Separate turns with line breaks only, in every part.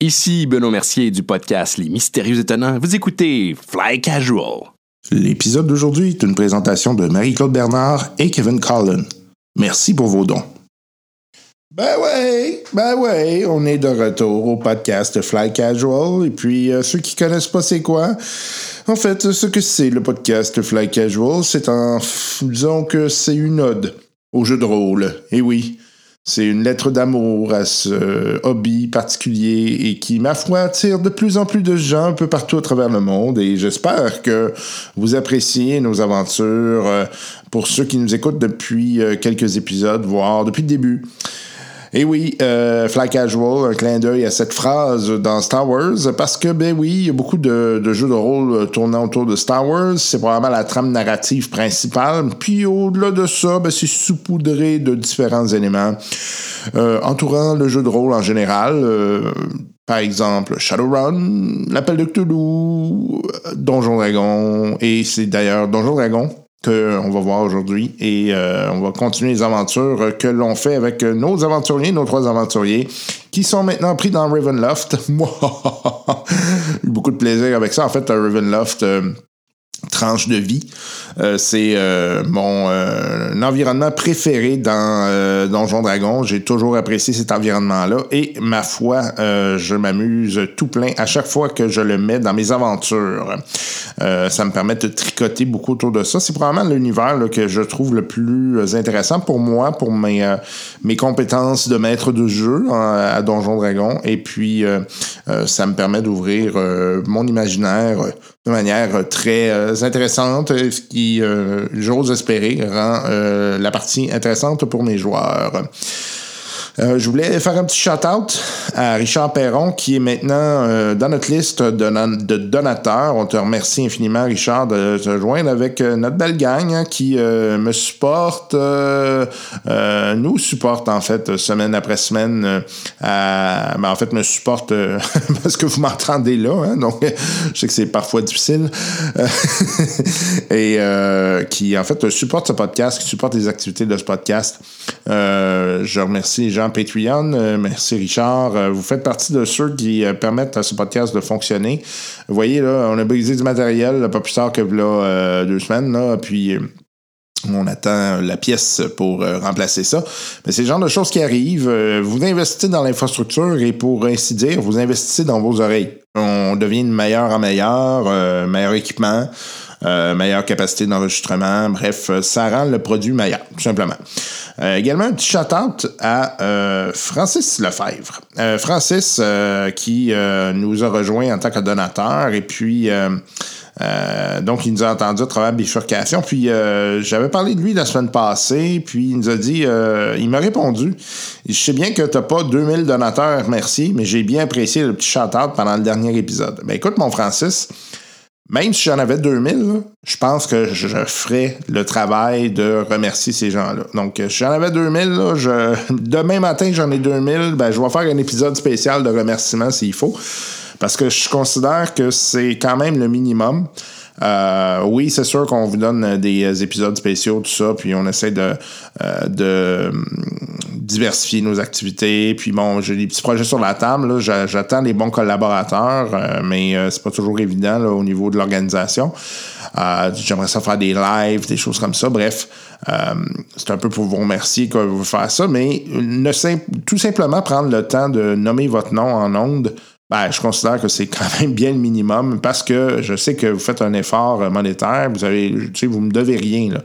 Ici Benoît Mercier du podcast Les Mystérieux Étonnants. Vous écoutez Fly Casual.
L'épisode d'aujourd'hui est une présentation de Marie-Claude Bernard et Kevin Collin. Merci pour vos dons. Ben ouais, ben ouais, on est de retour au podcast Fly Casual. Et puis, euh, ceux qui connaissent pas c'est quoi, en fait, ce que c'est le podcast Fly Casual, c'est un... disons que c'est une ode au jeu de rôle. Et oui, c'est une lettre d'amour à ce euh, hobby particulier et qui, ma foi, attire de plus en plus de gens un peu partout à travers le monde et j'espère que vous appréciez nos aventures euh, pour ceux qui nous écoutent depuis euh, quelques épisodes, voire depuis le début. Et oui, euh, Fly Casual, un clin d'œil à cette phrase dans Star Wars, parce que, ben oui, il y a beaucoup de, de jeux de rôle euh, tournant autour de Star Wars. C'est probablement la trame narrative principale. Puis au-delà de ça, ben, c'est saupoudré de différents éléments euh, entourant le jeu de rôle en général. euh, par exemple, Shadowrun, L'Appel de Cthulhu, Donjon Dragon, et c'est d'ailleurs Donjon Dragon qu'on va voir aujourd'hui et euh, on va continuer les aventures euh, que l'on fait avec euh, nos aventuriers, nos trois aventuriers, qui sont maintenant pris dans Ravenloft. Moi, j'ai eu beaucoup de plaisir avec ça. En fait, euh, Ravenloft, euh, tranche de vie, euh, c'est euh, mon euh, environnement préféré dans euh, Donjon Dragon. J'ai toujours apprécié cet environnement-là et ma foi, euh, je m'amuse tout plein à chaque fois que je le mets dans mes aventures. Euh, ça me permet de tricoter beaucoup autour de ça. C'est probablement l'univers là, que je trouve le plus intéressant pour moi, pour mes, euh, mes compétences de maître de jeu hein, à Donjon Dragon. Et puis, euh, euh, ça me permet d'ouvrir euh, mon imaginaire euh, de manière euh, très euh, intéressante, euh, ce qui, euh, j'ose espérer, rend euh, la partie intéressante pour mes joueurs. Euh, je voulais faire un petit shout-out à Richard Perron, qui est maintenant euh, dans notre liste de, non- de donateurs. On te remercie infiniment, Richard, de te joindre avec euh, notre belle gang hein, qui euh, me supporte, euh, euh, nous supporte en fait euh, semaine après semaine. euh, à- ben, en fait, me supporte euh, parce que vous m'entendez là, hein, donc je sais que c'est parfois difficile. Euh, et euh, qui en fait supporte ce podcast, qui supporte les activités de ce podcast. Euh, je remercie Jean Pétuillon, euh, merci Richard. Euh, vous faites partie de ceux qui euh, permettent à ce podcast de fonctionner. Vous voyez, là, on a brisé du matériel là, pas plus tard que là, euh, deux semaines, là, puis. euh, on attend la pièce pour euh, remplacer ça. Mais c'est le genre de choses qui arrivent. Euh, vous investissez dans l'infrastructure et pour ainsi dire, vous investissez dans vos oreilles. On devient de meilleur en meilleur, euh, meilleur équipement, euh, meilleure capacité d'enregistrement. Bref, euh, ça rend le produit meilleur, tout simplement. Euh, également, un petit shout-out à euh, Francis Lefebvre. Euh, Francis, euh, qui euh, nous a rejoint en tant que donateur et puis... euh, euh, donc, il nous a entendu à travers bifurcation. Puis, euh, j'avais parlé de lui la semaine passée. Puis, il nous a dit, euh, il m'a répondu, je sais bien que t'as pas 2000 donateurs, merci, mais j'ai bien apprécié le petit shout-out pendant le dernier épisode. Ben, écoute, mon Francis, même si j'en avais 2000, là, je pense que je ferais le travail de remercier ces gens-là. Donc, euh, si j'en avais 2000, là, je, demain matin, j'en ai 2000, ben, je vais faire un épisode spécial de remerciements s'il faut. Parce que je considère que c'est quand même le minimum. Euh, oui, c'est sûr qu'on vous donne euh, des épisodes spéciaux, tout ça, puis on essaie de, euh, de hum, diversifier nos activités. Puis bon, j'ai des petits projets sur la table. là. J'a- J'attends les bons collaborateurs, euh, mais euh, c'est pas toujours évident là, au niveau de l'organisation. Euh, J'aimerais ça faire des lives, des choses comme ça. Bref, euh, c'est un peu pour vous remercier que vous faire ça, mais euh, ne sim- tout simplement prendre le temps de nommer votre nom en ondes. Ben, je considère que c'est quand même bien le minimum parce que je sais que vous faites un effort euh, monétaire, vous avez, tu sais, vous me devez rien. Là.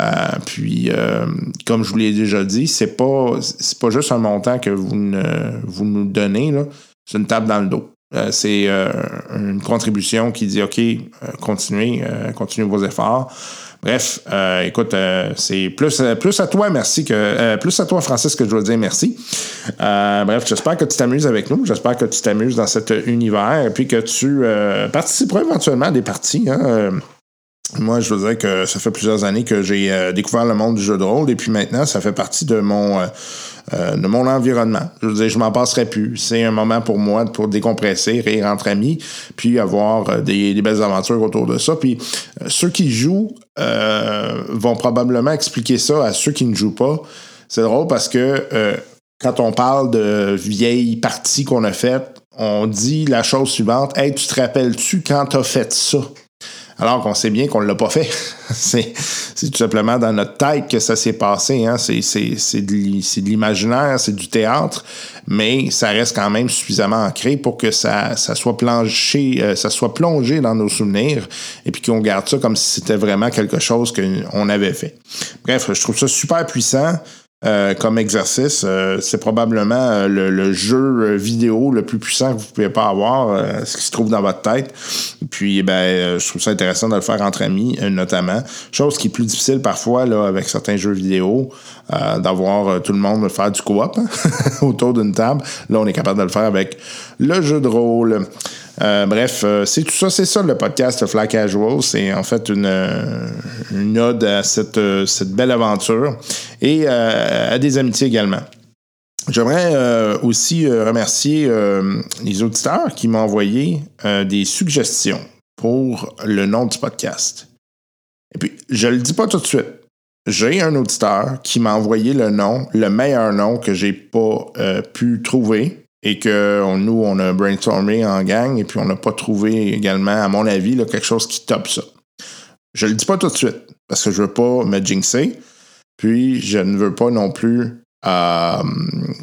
Euh, puis, euh, comme je vous l'ai déjà dit, c'est pas, c'est pas juste un montant que vous, ne- vous nous donnez, là. c'est une table dans le dos. Euh, c'est euh, une contribution qui dit OK, euh, continuez, euh, continuez vos efforts. Bref, euh, écoute, euh, c'est plus, euh, plus à toi, merci que euh, plus à toi, Francis, que je dois dire merci. Euh, bref, j'espère que tu t'amuses avec nous. J'espère que tu t'amuses dans cet univers et puis que tu euh, participeras éventuellement à des parties. hein, euh, moi, je veux dire que ça fait plusieurs années que j'ai euh, découvert le monde du jeu de rôle et puis maintenant, ça fait partie de mon euh, euh, de mon environnement. Je veux dire, je m'en passerai plus. C'est un moment pour moi pour décompresser, rire entre amis, puis avoir euh, des, des belles aventures autour de ça. Puis euh, ceux qui jouent euh, vont probablement expliquer ça à ceux qui ne jouent pas. C'est drôle parce que euh, quand on parle de vieilles parties qu'on a faites, on dit la chose suivante Hey, tu te rappelles-tu quand t'as fait ça alors qu'on sait bien qu'on ne l'a pas fait. c'est, c'est tout simplement dans notre tête que ça s'est passé. Hein. C'est, c'est, c'est de l'i- c'est de l'imaginaire, c'est du théâtre, mais ça reste quand même suffisamment ancré pour que ça, ça, soit, planché, euh, ça soit plongé dans nos souvenirs et puis qu'on garde ça comme si c'était vraiment quelque chose qu'on avait fait. Bref, je trouve ça super puissant. euh, comme exercice, Euh, c'est probablement euh, le, le jeu vidéo le plus puissant que vous pouvez pas avoir, euh, ce qui se trouve dans votre tête. Puis, ben, euh, je trouve ça intéressant de le faire entre amis, euh, notamment. Chose qui est plus difficile parfois là, avec certains jeux vidéo, euh, d'avoir euh, tout le monde faire du co-op hein, autour d'une table. Là, on est capable de le faire avec le jeu de rôle. Euh, bref, euh, c'est tout ça, c'est ça le podcast le Fly Casual. C'est en fait une, euh, une ode à cette, euh, cette belle aventure et euh, à des amitiés également. J'aimerais euh, aussi euh, remercier euh, les auditeurs qui m'ont envoyé euh, des suggestions pour le nom du podcast. Et puis, je le dis pas tout de suite. J'ai un auditeur qui m'a envoyé le nom, le meilleur nom que j'ai pas euh, pu trouver et que on- nous, on a brainstormé en gang et puis on n'a pas trouvé également, à mon avis, là, quelque chose qui top ça. Je le dis pas tout de suite parce que je veux pas me jinxer. Puis, je ne veux pas non plus euh,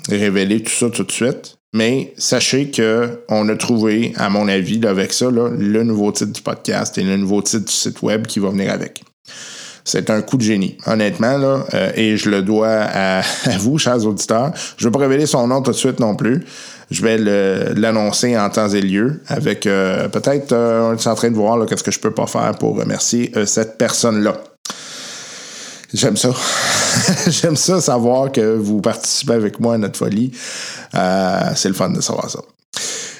révéler tout ça tout de suite. Mais sachez que on a trouvé, à mon avis, là, avec ça, là, le nouveau titre du podcast et le nouveau titre du site web qui va venir avec. C'est un coup de génie, honnêtement, là, euh, et je le dois à, à vous, chers auditeurs. Je ne vais pas révéler son nom tout de suite non plus. Je vais le- l'annoncer en temps et lieu avec euh, peut-être, euh, on est en train de voir là, qu'est-ce que je peux pas faire pour remercier euh, cette personne-là. J'aime ça. J'aime ça savoir que vous participez avec moi à notre folie. Euh, c'est le fun de savoir ça.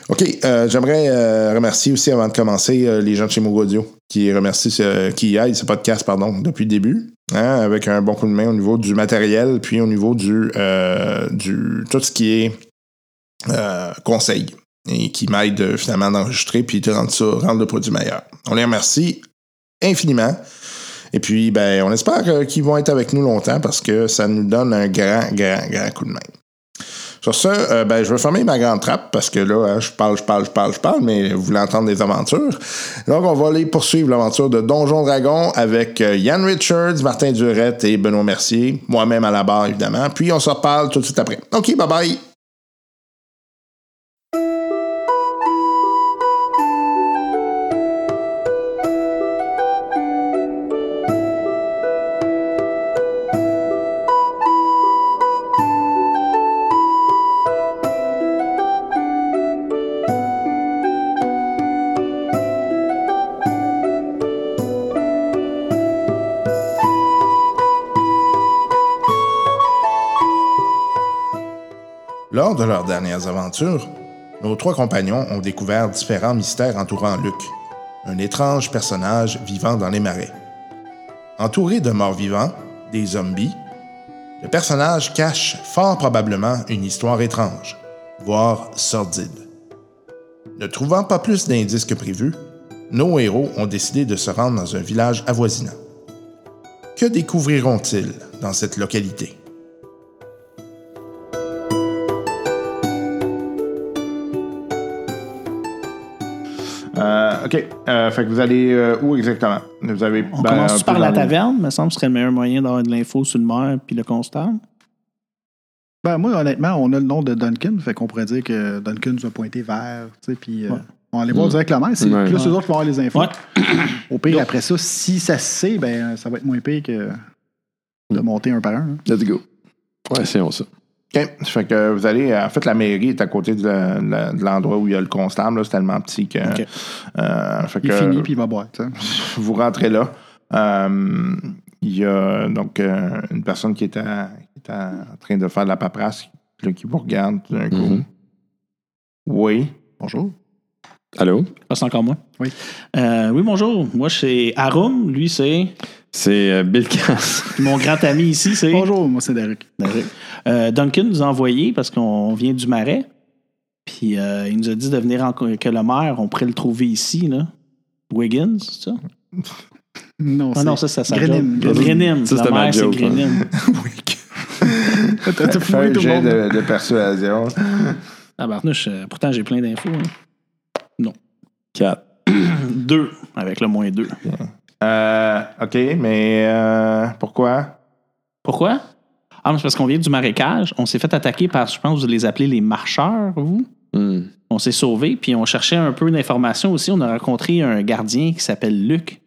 OK, euh, j'aimerais euh, remercier aussi avant de commencer euh, les gens de chez Mogodio qui remercient ce, qui aille ce podcast pardon, depuis le début, hein, avec un bon coup de main au niveau du matériel, puis au niveau du, euh, du tout ce qui est euh, conseil et qui m'aide euh, finalement d'enregistrer puis de rendre ça, rendre le produit meilleur. On les remercie infiniment. Et puis, ben, on espère euh, qu'ils vont être avec nous longtemps parce que ça nous donne un grand, grand, grand coup de main. Sur ce, euh, ben, je vais fermer ma grande trappe parce que là, hein, je parle, je parle, je parle, je parle, mais vous voulez entendre des aventures. Donc, on va aller poursuivre l'aventure de Donjon Dragon avec euh, Yann Richards, Martin Durette et Benoît Mercier, moi-même à la barre, évidemment. Puis, on se reparle tout de suite après. OK, bye bye! Lors de leurs dernières aventures, nos trois compagnons ont découvert différents mystères entourant Luc, un étrange personnage vivant dans les marais. Entouré de morts vivants, des zombies, le personnage cache fort probablement une histoire étrange, voire sordide. Ne trouvant pas plus d'indices que prévu, nos héros ont décidé de se rendre dans un village avoisinant. Que découvriront-ils dans cette localité? Euh, OK. Euh, fait que vous allez euh, où exactement? Vous avez,
On
ben, un
commence
peu
par la
dans les-
taverne, me semble que ce serait le meilleur moyen d'avoir de l'info sur le maire puis le constable.
Ben, moi, honnêtement, on a le nom de Duncan, fait qu'on pourrait dire que Duncan nous a pointé vers, tu sais, puis euh,
Ouais.
on va aller voir directement. C'est
Ouais.
plus eux autres qui vont avoir les infos.
Ouais.
Au pire, après ça, si ça se sait, ben, ça va être moins pire que de monter un par un. hein.
Let's go. Ouais, c'est on ça.
OK. Fait que vous allez. euh, En fait, la mairie est à côté de, la- la- de l'endroit où il y a le constable. là. C'est tellement petit que.
OK.
euh, fait
Il
que
finit, puis il va boire, tu sais.
vous rentrez là. Euh, il y a donc euh, une personne qui est, à- qui est à- en train de faire de la paperasse, là, qui vous regarde d'un coup.
Mhm.
Oui.
Bonjour.
Allô?
Ah, c'est encore moi.
Oui.
Euh, oui, bonjour. Moi, c'est Arum. Lui, c'est.
C'est euh, Bill Cass.
Puis mon grand ami ici, c'est.
Bonjour, moi, c'est Derek.
Euh, Duncan nous a envoyé parce qu'on vient du marais. Puis euh, il nous a dit de venir en... que le maire, on pourrait le trouver ici, là. Wiggins, c'est ça?
Non,
Ah non, ça, c'est ça.
Grenim.
Grenim.
Ça,
Ça,
c'était
le
ma
maire, c'est
joke, hein.
Grenim.
T'as
Fais
tout fouillé
un
tout le
jet
monde.
de, de persuasion.
Ah, barnouche, euh, pourtant, j'ai plein d'infos. hein.
4.
Deux, avec le moins deux.
Euh, OK, mais euh, pourquoi?
Pourquoi? Ah, mais c'est parce qu'on vient du marécage. On s'est fait attaquer par, je pense, vous les appelez les marcheurs, vous.
Hmm.
On s'est sauvés, puis on cherchait un peu d'informations aussi. On a rencontré un gardien qui s'appelle Luc.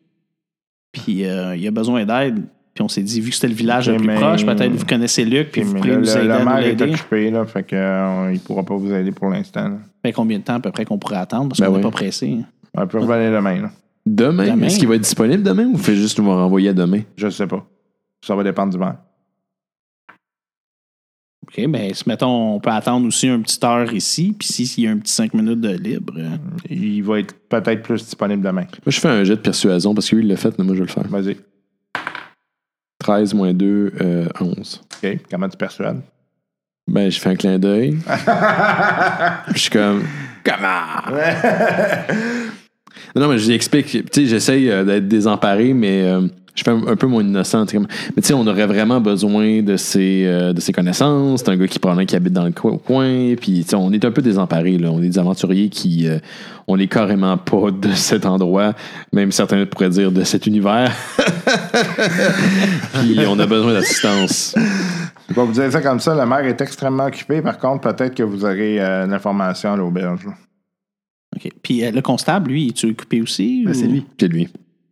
Puis euh, il a besoin d'aide. Puis on s'est dit, vu que c'était le village
Ok,
le plus
mais-
proche, peut-être vous connaissez Luc, puis
Ok,
vous
mais
pouvez
là,
nous
le,
aider
le
à nous
maire est
l'aider.
occupé, là, fait que, euh, il pourra pas vous aider pour l'instant. là.
Fait Ben, combien de temps à peu près qu'on pourrait attendre? Parce
Ben
qu'on n'est
oui.
pas pressé. hein.
On peut revenir demain, là.
Demain,
Demain.
est-ce qu'il va être disponible demain ou fait juste nous renvoyer à demain?
Je sais pas. Ça va dépendre du maire.
OK, ben, si mettons, on peut attendre aussi une petite heure ici, puis si- s'il y a un petit cinq minutes de libre. euh,
Il va être peut-être plus disponible demain.
Moi, je fais un jet de persuasion parce que lui, il l'a fait, mais moi, je vais le faire.
Vas-y.
13 moins 2, euh, 11.
OK, comment tu persuades?
Ben, j'ai fait un clin d'œil. je suis comme. Non, non, mais je lui explique. Tu sais, j'essaye euh, d'être désemparé, mais euh, je fais un, un peu mon innocent. tu sais, comme, Mais tu sais, on aurait vraiment besoin de ses, euh, de ses connaissances. C'est un gars qui prend qui habite dans le coin. au coin, Puis, tu sais, on est un peu désemparé. Là. On est des aventuriers qui. euh, on est carrément pas de cet endroit, même certains pourraient dire de cet univers. Puis, on a besoin d'assistance.
Je vais vous dire ça comme ça, le maire est extrêmement occupé. Par contre, peut-être que vous aurez euh, l'information à l'auberge. là.
OK. Puis euh, le constable, lui, est-tu occupé aussi?
Ben,
ou-
c'est lui.
C'est lui.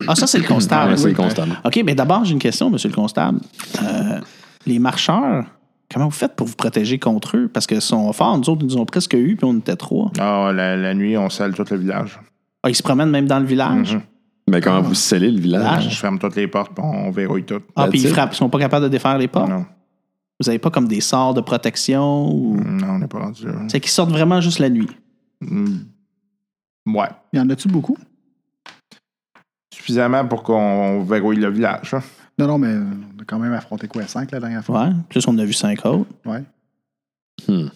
Ah, ça, c'est le
Ah,
constable.
ouais, c'est
oui.
le constable.
OK, mais d'abord, j'ai une question, monsieur le constable. Euh, les marcheurs, comment vous faites pour vous protéger contre eux? Parce que sont forts, nous autres, ils nous ont presque eu, puis on était trois.
Ah, la, la nuit, on scelle tout le village.
Ah, ils se promènent même dans le village.
Mais comment vous scellez le village?
On ferme toutes les portes, puis on verrouille tout.
Ah, puis ils
Là-dessus.
frappent, ils sont pas capables de défaire les portes.
Non,
Vous avez pas comme des sorts de protection ou.
non, on n'est pas rendu là.
C'est qu'ils sortent vraiment juste la nuit.
Mm. Ouais.
Il y en a-tu beaucoup?
Suffisamment pour qu'on verrouille le village. hein.
Non, non, mais euh, on a quand même affronté quoi? 5 la dernière fois?
Ouais. Plus, on a vu cinq autres.
Ouais.
Hmm.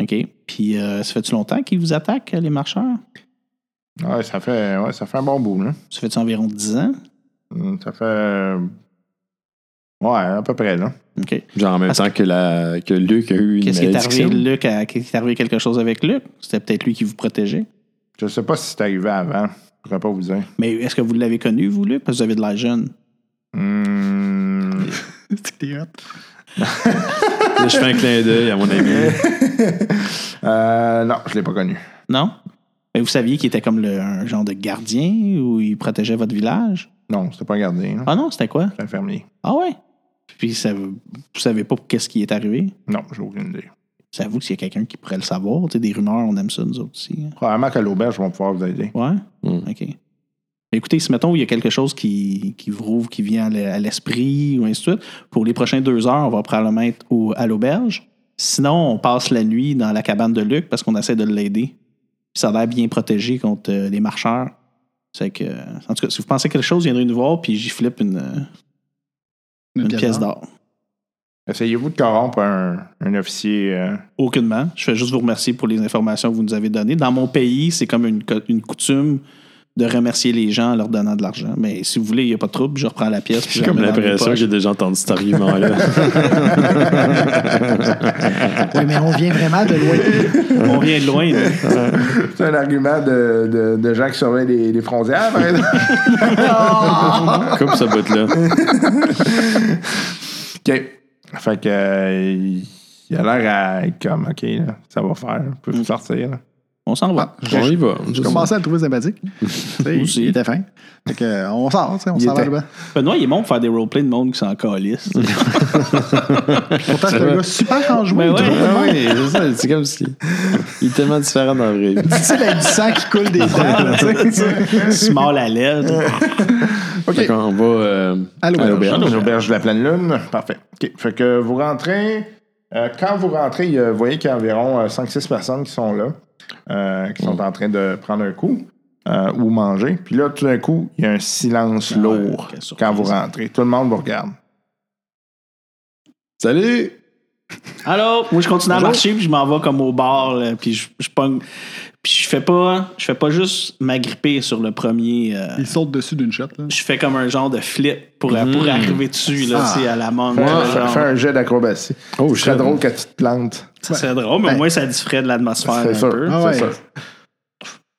OK. Puis, euh, ça fait-tu longtemps qu'ils vous attaquent, les marcheurs?
Ouais, ça fait, ouais, ça fait un bon bout. Là.
Ça fait-tu environ 10 ans?
Mm, Ça fait. euh, Ouais, à peu près. Là.
OK.
Genre en même
Ah. Parce
temps que, la, que Luc a eu une
Qu'est-ce qui est arrivé,
malédiction.
Luc, à- qu'est-ce qui est arrivé quelque chose avec Luc? C'était peut-être lui qui vous protégeait.
Je sais pas si c'est arrivé avant. Je pourrais pas vous dire.
Mais est-ce que vous l'avez connu, vous, Luc? Parce que vous avez de la jeune.
Mm.
C'est que t'es hot.
Là, je fais un clin d'œil à mon ami.
Euh, non, je l'ai pas connu.
Non? Mais vous saviez qu'il était comme le, un genre de gardien ou il protégeait votre village?
Non, c'était pas un gardien. là.
Ah non, c'était quoi?
C'était un fermier.
Ah ouais? Puis ça, vous savez pas qu'est-ce qui est arrivé?
Non, j'ai aucune idée.
J'avoue que s'il y a quelqu'un qui pourrait le savoir, tu sais, des rumeurs, on aime ça, nous autres aussi. hein.
Probablement qu'à l'auberge, vont pouvoir vous aider.
Ouais?
Mm.
OK. Écoutez, si mettons il y a quelque chose qui, qui vous rouvre, qui vient à l'e- à l'esprit ou ainsi de suite, pour les prochains deux heures, on va probablement être au- à l'auberge. Sinon, on passe la nuit dans la cabane de Luc parce qu'on essaie de l'aider. Puis ça a l'air bien protégé contre euh, les marcheurs. C'est que, en tout cas, si vous pensez à quelque chose, viendrez nous voir, puis j'y flippe une, euh, une pièce d'or.
Essayez-vous de corrompre un, un officier. euh,
Aucunement. Je fais juste vous remercier pour les informations que vous nous avez données. Dans mon pays, c'est comme une, co- une coutume de remercier les gens en leur donnant de l'argent. Mais si vous voulez, il n'y a pas de trouble, je reprends la pièce. puis
J'ai
je la
comme
remets dans mes
l'impression que
poches.
j'ai déjà entendu cet argument-là.
Oui, mais on vient vraiment de loin.
On vient de loin. nous.
C'est un argument de, de, de gens qui surveillent les, les frontières, par exemple.
Coupe ce bout-là.
OK. Fait que. euh, il- il a l'air à être comme, OK, là, ça va faire. Vous pouvez vous sortir. là.
On s'en va.
On y va.
Je commençais à le trouver sympathique. Tu sais,
Aussi.
il était fin. Fait que, euh, on sort, tu sais, on
Il
s'en va
était-
là-bas.
Benoît, il est bon pour faire des roleplays de monde qui s'en calisse.
Pourtant, c'est un gars super enjoué.
Ben
drôle.
ouais.
Ah oui, c'est ça. C'est comme si. Il est tellement différent dans la vraie vie.
Tu sais, là, du sang qui coule des dents. là, tu sais.
Il se mord la lèvre.
Fait qu'on va euh,
À l'auberge.
On est l'auberge de la pleine lune. Parfait. OK. Fait que vous rentrez. euh, quand vous rentrez, il y a- vous voyez qu'il y a environ 5-6 personnes qui sont là, euh, qui
Mm.
sont en train de prendre un coup euh, ou manger. Puis là, tout d'un coup, il y a un silence
Ah ouais,
lourd
quelle surprise.
quand vous rentrez. Tout le monde vous regarde.
Salut!
Allô? Moi, je continue à marcher, puis je m'en vais comme au bar, là, puis je, je pogne. Puis je fais pas, je fais pas juste m'agripper sur le premier. euh,
Il saute dessus d'une shot. Là.
je fais comme un genre de flip pour,
Mm.
pour arriver dessus, là, tu sais, à la mangue.
Fais,
genre.
fais- fais un jet d'acrobatie.
Oh,
je serais
shit.
drôle que tu te plantes.
Ça, c'est drôle, mais au moins, ça distrait de l'atmosphère un
C'est sûr.
peu.
Ah ouais.
C'est sûr.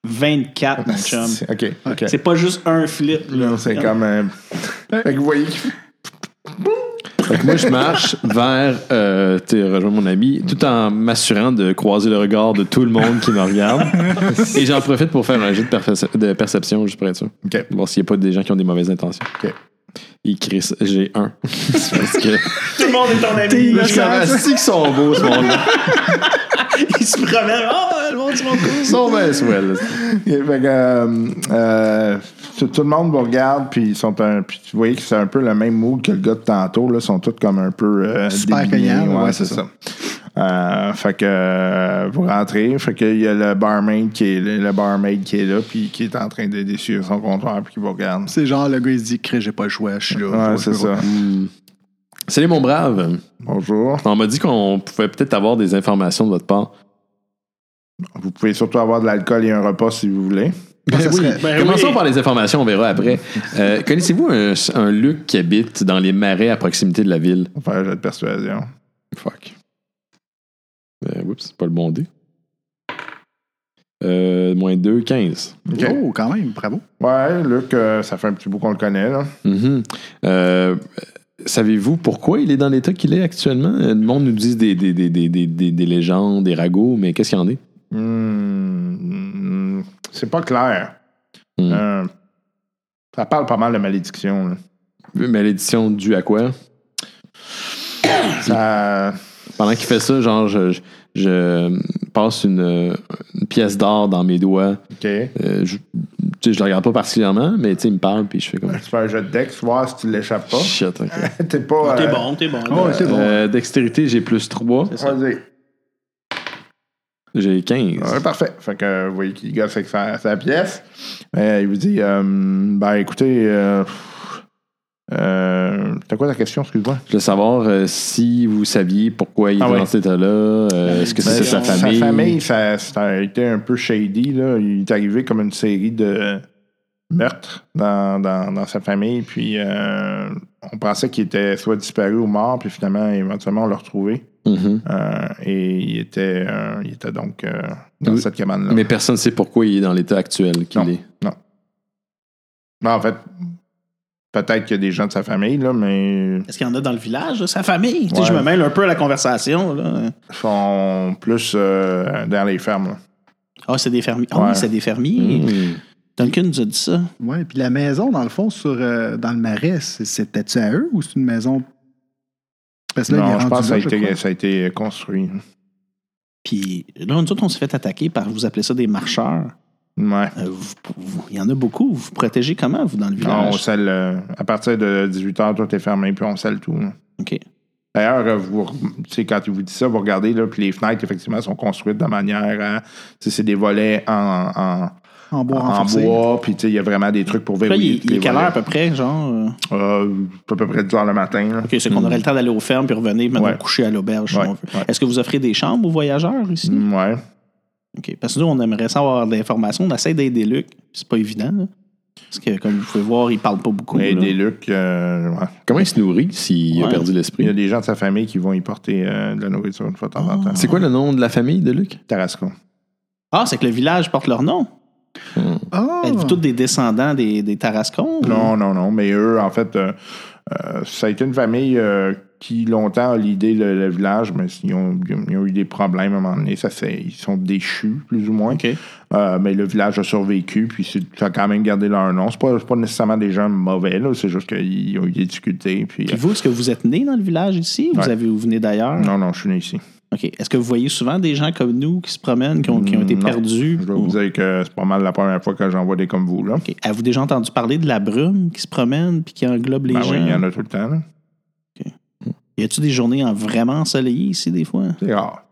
24, mon chum.
C'est- OK. OK.
C'est pas juste un flip, là.
Non, C'est comme un. Fait que vous voyez qu'il
Fait que moi, je marche vers, euh, tu sais, rejoindre mon ami, tout en m'assurant de croiser le regard de tout le monde qui me regarde. Et j'en profite pour faire un jeu de, perfe- de perception, juste pour être sûr.
OK.
Voir s'il n'y a pas des gens qui ont des mauvaises intentions.
OK.
Il crie ça, j'ai un. C'est parce que.
Tout le monde est ton ami.
Je suis comme, Asti qu'ils sont beaux, ce monde-là.
Il se promène. Oh, le monde, du monde cool.
Ils sont bien swell.
Fait que, euh, euh, tout, tout le monde vous regarde, puis ils sont un. Puis vous voyez que c'est un peu le même mood que le gars de tantôt, là. Ils sont tous comme un peu. euh,
Super
débignés,
cognants,
Ouais,
ouais,
c'est
c'est
ça. Euh, fait que euh, vous rentrez, fait qu'il y a le barmaid qui est le, le barmaid qui est là, puis qui est en train de déçu son comptoir, puis qui vous regarde.
C'est genre, le gars, il se dit, Chris, j'ai pas le choix, je suis là.
Ouais,
Faut-
c'est
faut-
ça.
hmm. Salut, mon brave.
Bonjour.
On m'a dit qu'on pouvait peut-être avoir des informations de votre part.
Vous pouvez surtout avoir de l'alcool et un repas si vous voulez.
Ben, ça
oui.
serait-
Eh
ben
Commençons
oui.
par les informations, on verra après. Euh, Connaissez-vous un, un Luc qui habite dans les marais à proximité de la ville?
On va faire un jet de persuasion.
Fuck. Euh, oups, c'est pas le bon dé. Euh, moins 2, 15.
OK.
Oh, quand même, bravo.
Ouais, Luc, euh, ça fait un petit bout qu'on le connaît, là.
Mhm. Euh, Savez-vous pourquoi il est dans l'état qu'il est actuellement? Euh, Le monde nous dit des, des, des, des, des, des- des légendes, des ragots, mais qu'est-ce qu'il y en est?
Hmm, c'est pas clair.
Hmm.
Euh, ça parle pas mal de malédiction. là.
Malédiction due à quoi?
Ça,
Pendant qu'il fait ça, genre, je, je- je passe une, euh, une pièce d'or dans mes doigts.
ok.
Euh, je, tu sais, je le regarde pas particulièrement, mais tu sais, il me parle, puis je fais comme
Tu fais un jeu de dex, voir si tu l'échappes pas.
shit. ok.
T'es pas.
T'es
euh,
bon, t'es bon.
Oh, c'est bon.
Euh, dextérité, j'ai plus 3.
ça.
vas-y.
J'ai 15.
Ouais, parfait. Fait que euh, vous voyez qu'il gosse avec sa, sa pièce. Euh, il vous dit euh, Ben écoutez, euh, euh, t'as quoi ta question, excuse-moi
Je voulais savoir euh, si vous saviez pourquoi il
Ah
est
ouais.
dans cet état-là. euh, Est-ce que
Ben,
c'est sa
son-
famille?
Sa famille, ça, ça a été un peu shady. Là. Il est arrivé comme une série de meurtres dans, dans- dans sa famille. Puis euh, on pensait qu'il était soit disparu ou mort. Puis finalement, éventuellement, on l'a retrouvé.
Mhm.
Euh, et il était, euh, il était donc euh, dans
Oui.
cette cabane-là.
Mais personne ne sait pourquoi il est dans l'état actuel qu'il
Non.
est.
Ben, en fait, peut-être qu'il y a des gens de sa famille, là, mais
Est-ce qu'il y en a dans le village, là, sa famille? Tu sais,
Ouais.
je me mêle un peu à la conversation. Là.
ils sont plus euh, dans les fermes. là.
Ah, c'est des fermiers. Ah
Ouais. Mm.
oui, c'est des
Hmm.
fermiers. Duncan nous a dit ça.
Ouais, puis la maison, dans le fond, sur, euh, dans le marais, c'est- c'était-tu à eux ou c'est une maison. Parce que là, il
Non,
est
je
rendu
pense que ça a,
là, je
été,
crois.
ça a été construit.
Puis là, nous autres, on s'est fait attaquer par, vous appelez ça des marcheurs.
Ouais.
Euh, vous- vous- Il y en a beaucoup. Vous vous protégez comment, vous, dans le
Non, on
village?
scelle. euh, à partir de 18h, tout est fermé, puis on scelle tout. là.
OK.
D'ailleurs, euh, vous, tu sais, quand il vous dit ça, vous regardez, là, puis les fenêtres, effectivement, sont construites de manière à. tu sais, C'est des volets en, en-
En bois
en
renforcé.
bois, puis tu sais, il y a vraiment des trucs pour
Là, il,
verrouiller.
il
tous les
est quelle
volets.
heure à peu près, genre? euh?
Euh, à peu près 10 heures le matin. là.
OK, c'est qu'on aurait le temps d'aller aux fermes puis revenir maintenant
Mm. Ouais.
coucher à l'auberge si
Ouais,
on veut.
ouais.
Est-ce que vous offrez des chambres aux voyageurs ici?
Mm, Ouais.
OK. Parce que nous, on aimerait savoir de l'information. On essaie d'aider Luc. C'est pas évident, là. Parce que, comme vous pouvez voir, il parle pas beaucoup.
Mais
là.
des Luc, euh, ouais.
Comment il se nourrit s'il a
Ouais.
perdu
il y
l'esprit?
a des gens de sa famille qui vont y porter euh, de la nourriture une fois de temps
Ah.
en temps.
C'est quoi le nom de la famille de Luc?
Tarasco.
Ah, c'est que le village porte leur nom.
Ah!
Êtes-vous tous des descendants des, des Tarascons? ou-
Non, non, non. Mais eux, en fait, euh, euh, ça a été une famille euh, qui longtemps a l'idée le, le village, mais ils ont, ils ont- ils ont eu des problèmes à un moment donné. Ça fait, ils sont déchus, plus ou moins.
OK.
Euh, mais le village a survécu, puis c'est- ça a quand même gardé leur nom. C'est pas, c'est pas nécessairement des gens mauvais, là. C'est juste qu'ils ont eu des difficultés. Puis,
Puis vous, est-ce que vous êtes né dans le village ici? ou Vous,
Ouais.
avez, vous venez d'ailleurs?
euh, non, non, je suis né ici.
OK. Est-ce que vous voyez souvent des gens comme nous qui se promènent, qui ont, qui ont été
Mm, Non.
perdus?
Je dois
ou-
vous dire que c'est pas mal la première fois que j'en vois des comme vous, là.
OK. Avez-vous déjà entendu parler de la brume qui se promène puis qui englobe les
Ben
gens?
oui, il y en a tout le temps, là.
Y a-tu des journées en- vraiment ensoleillées ici, des fois?
C'est rare.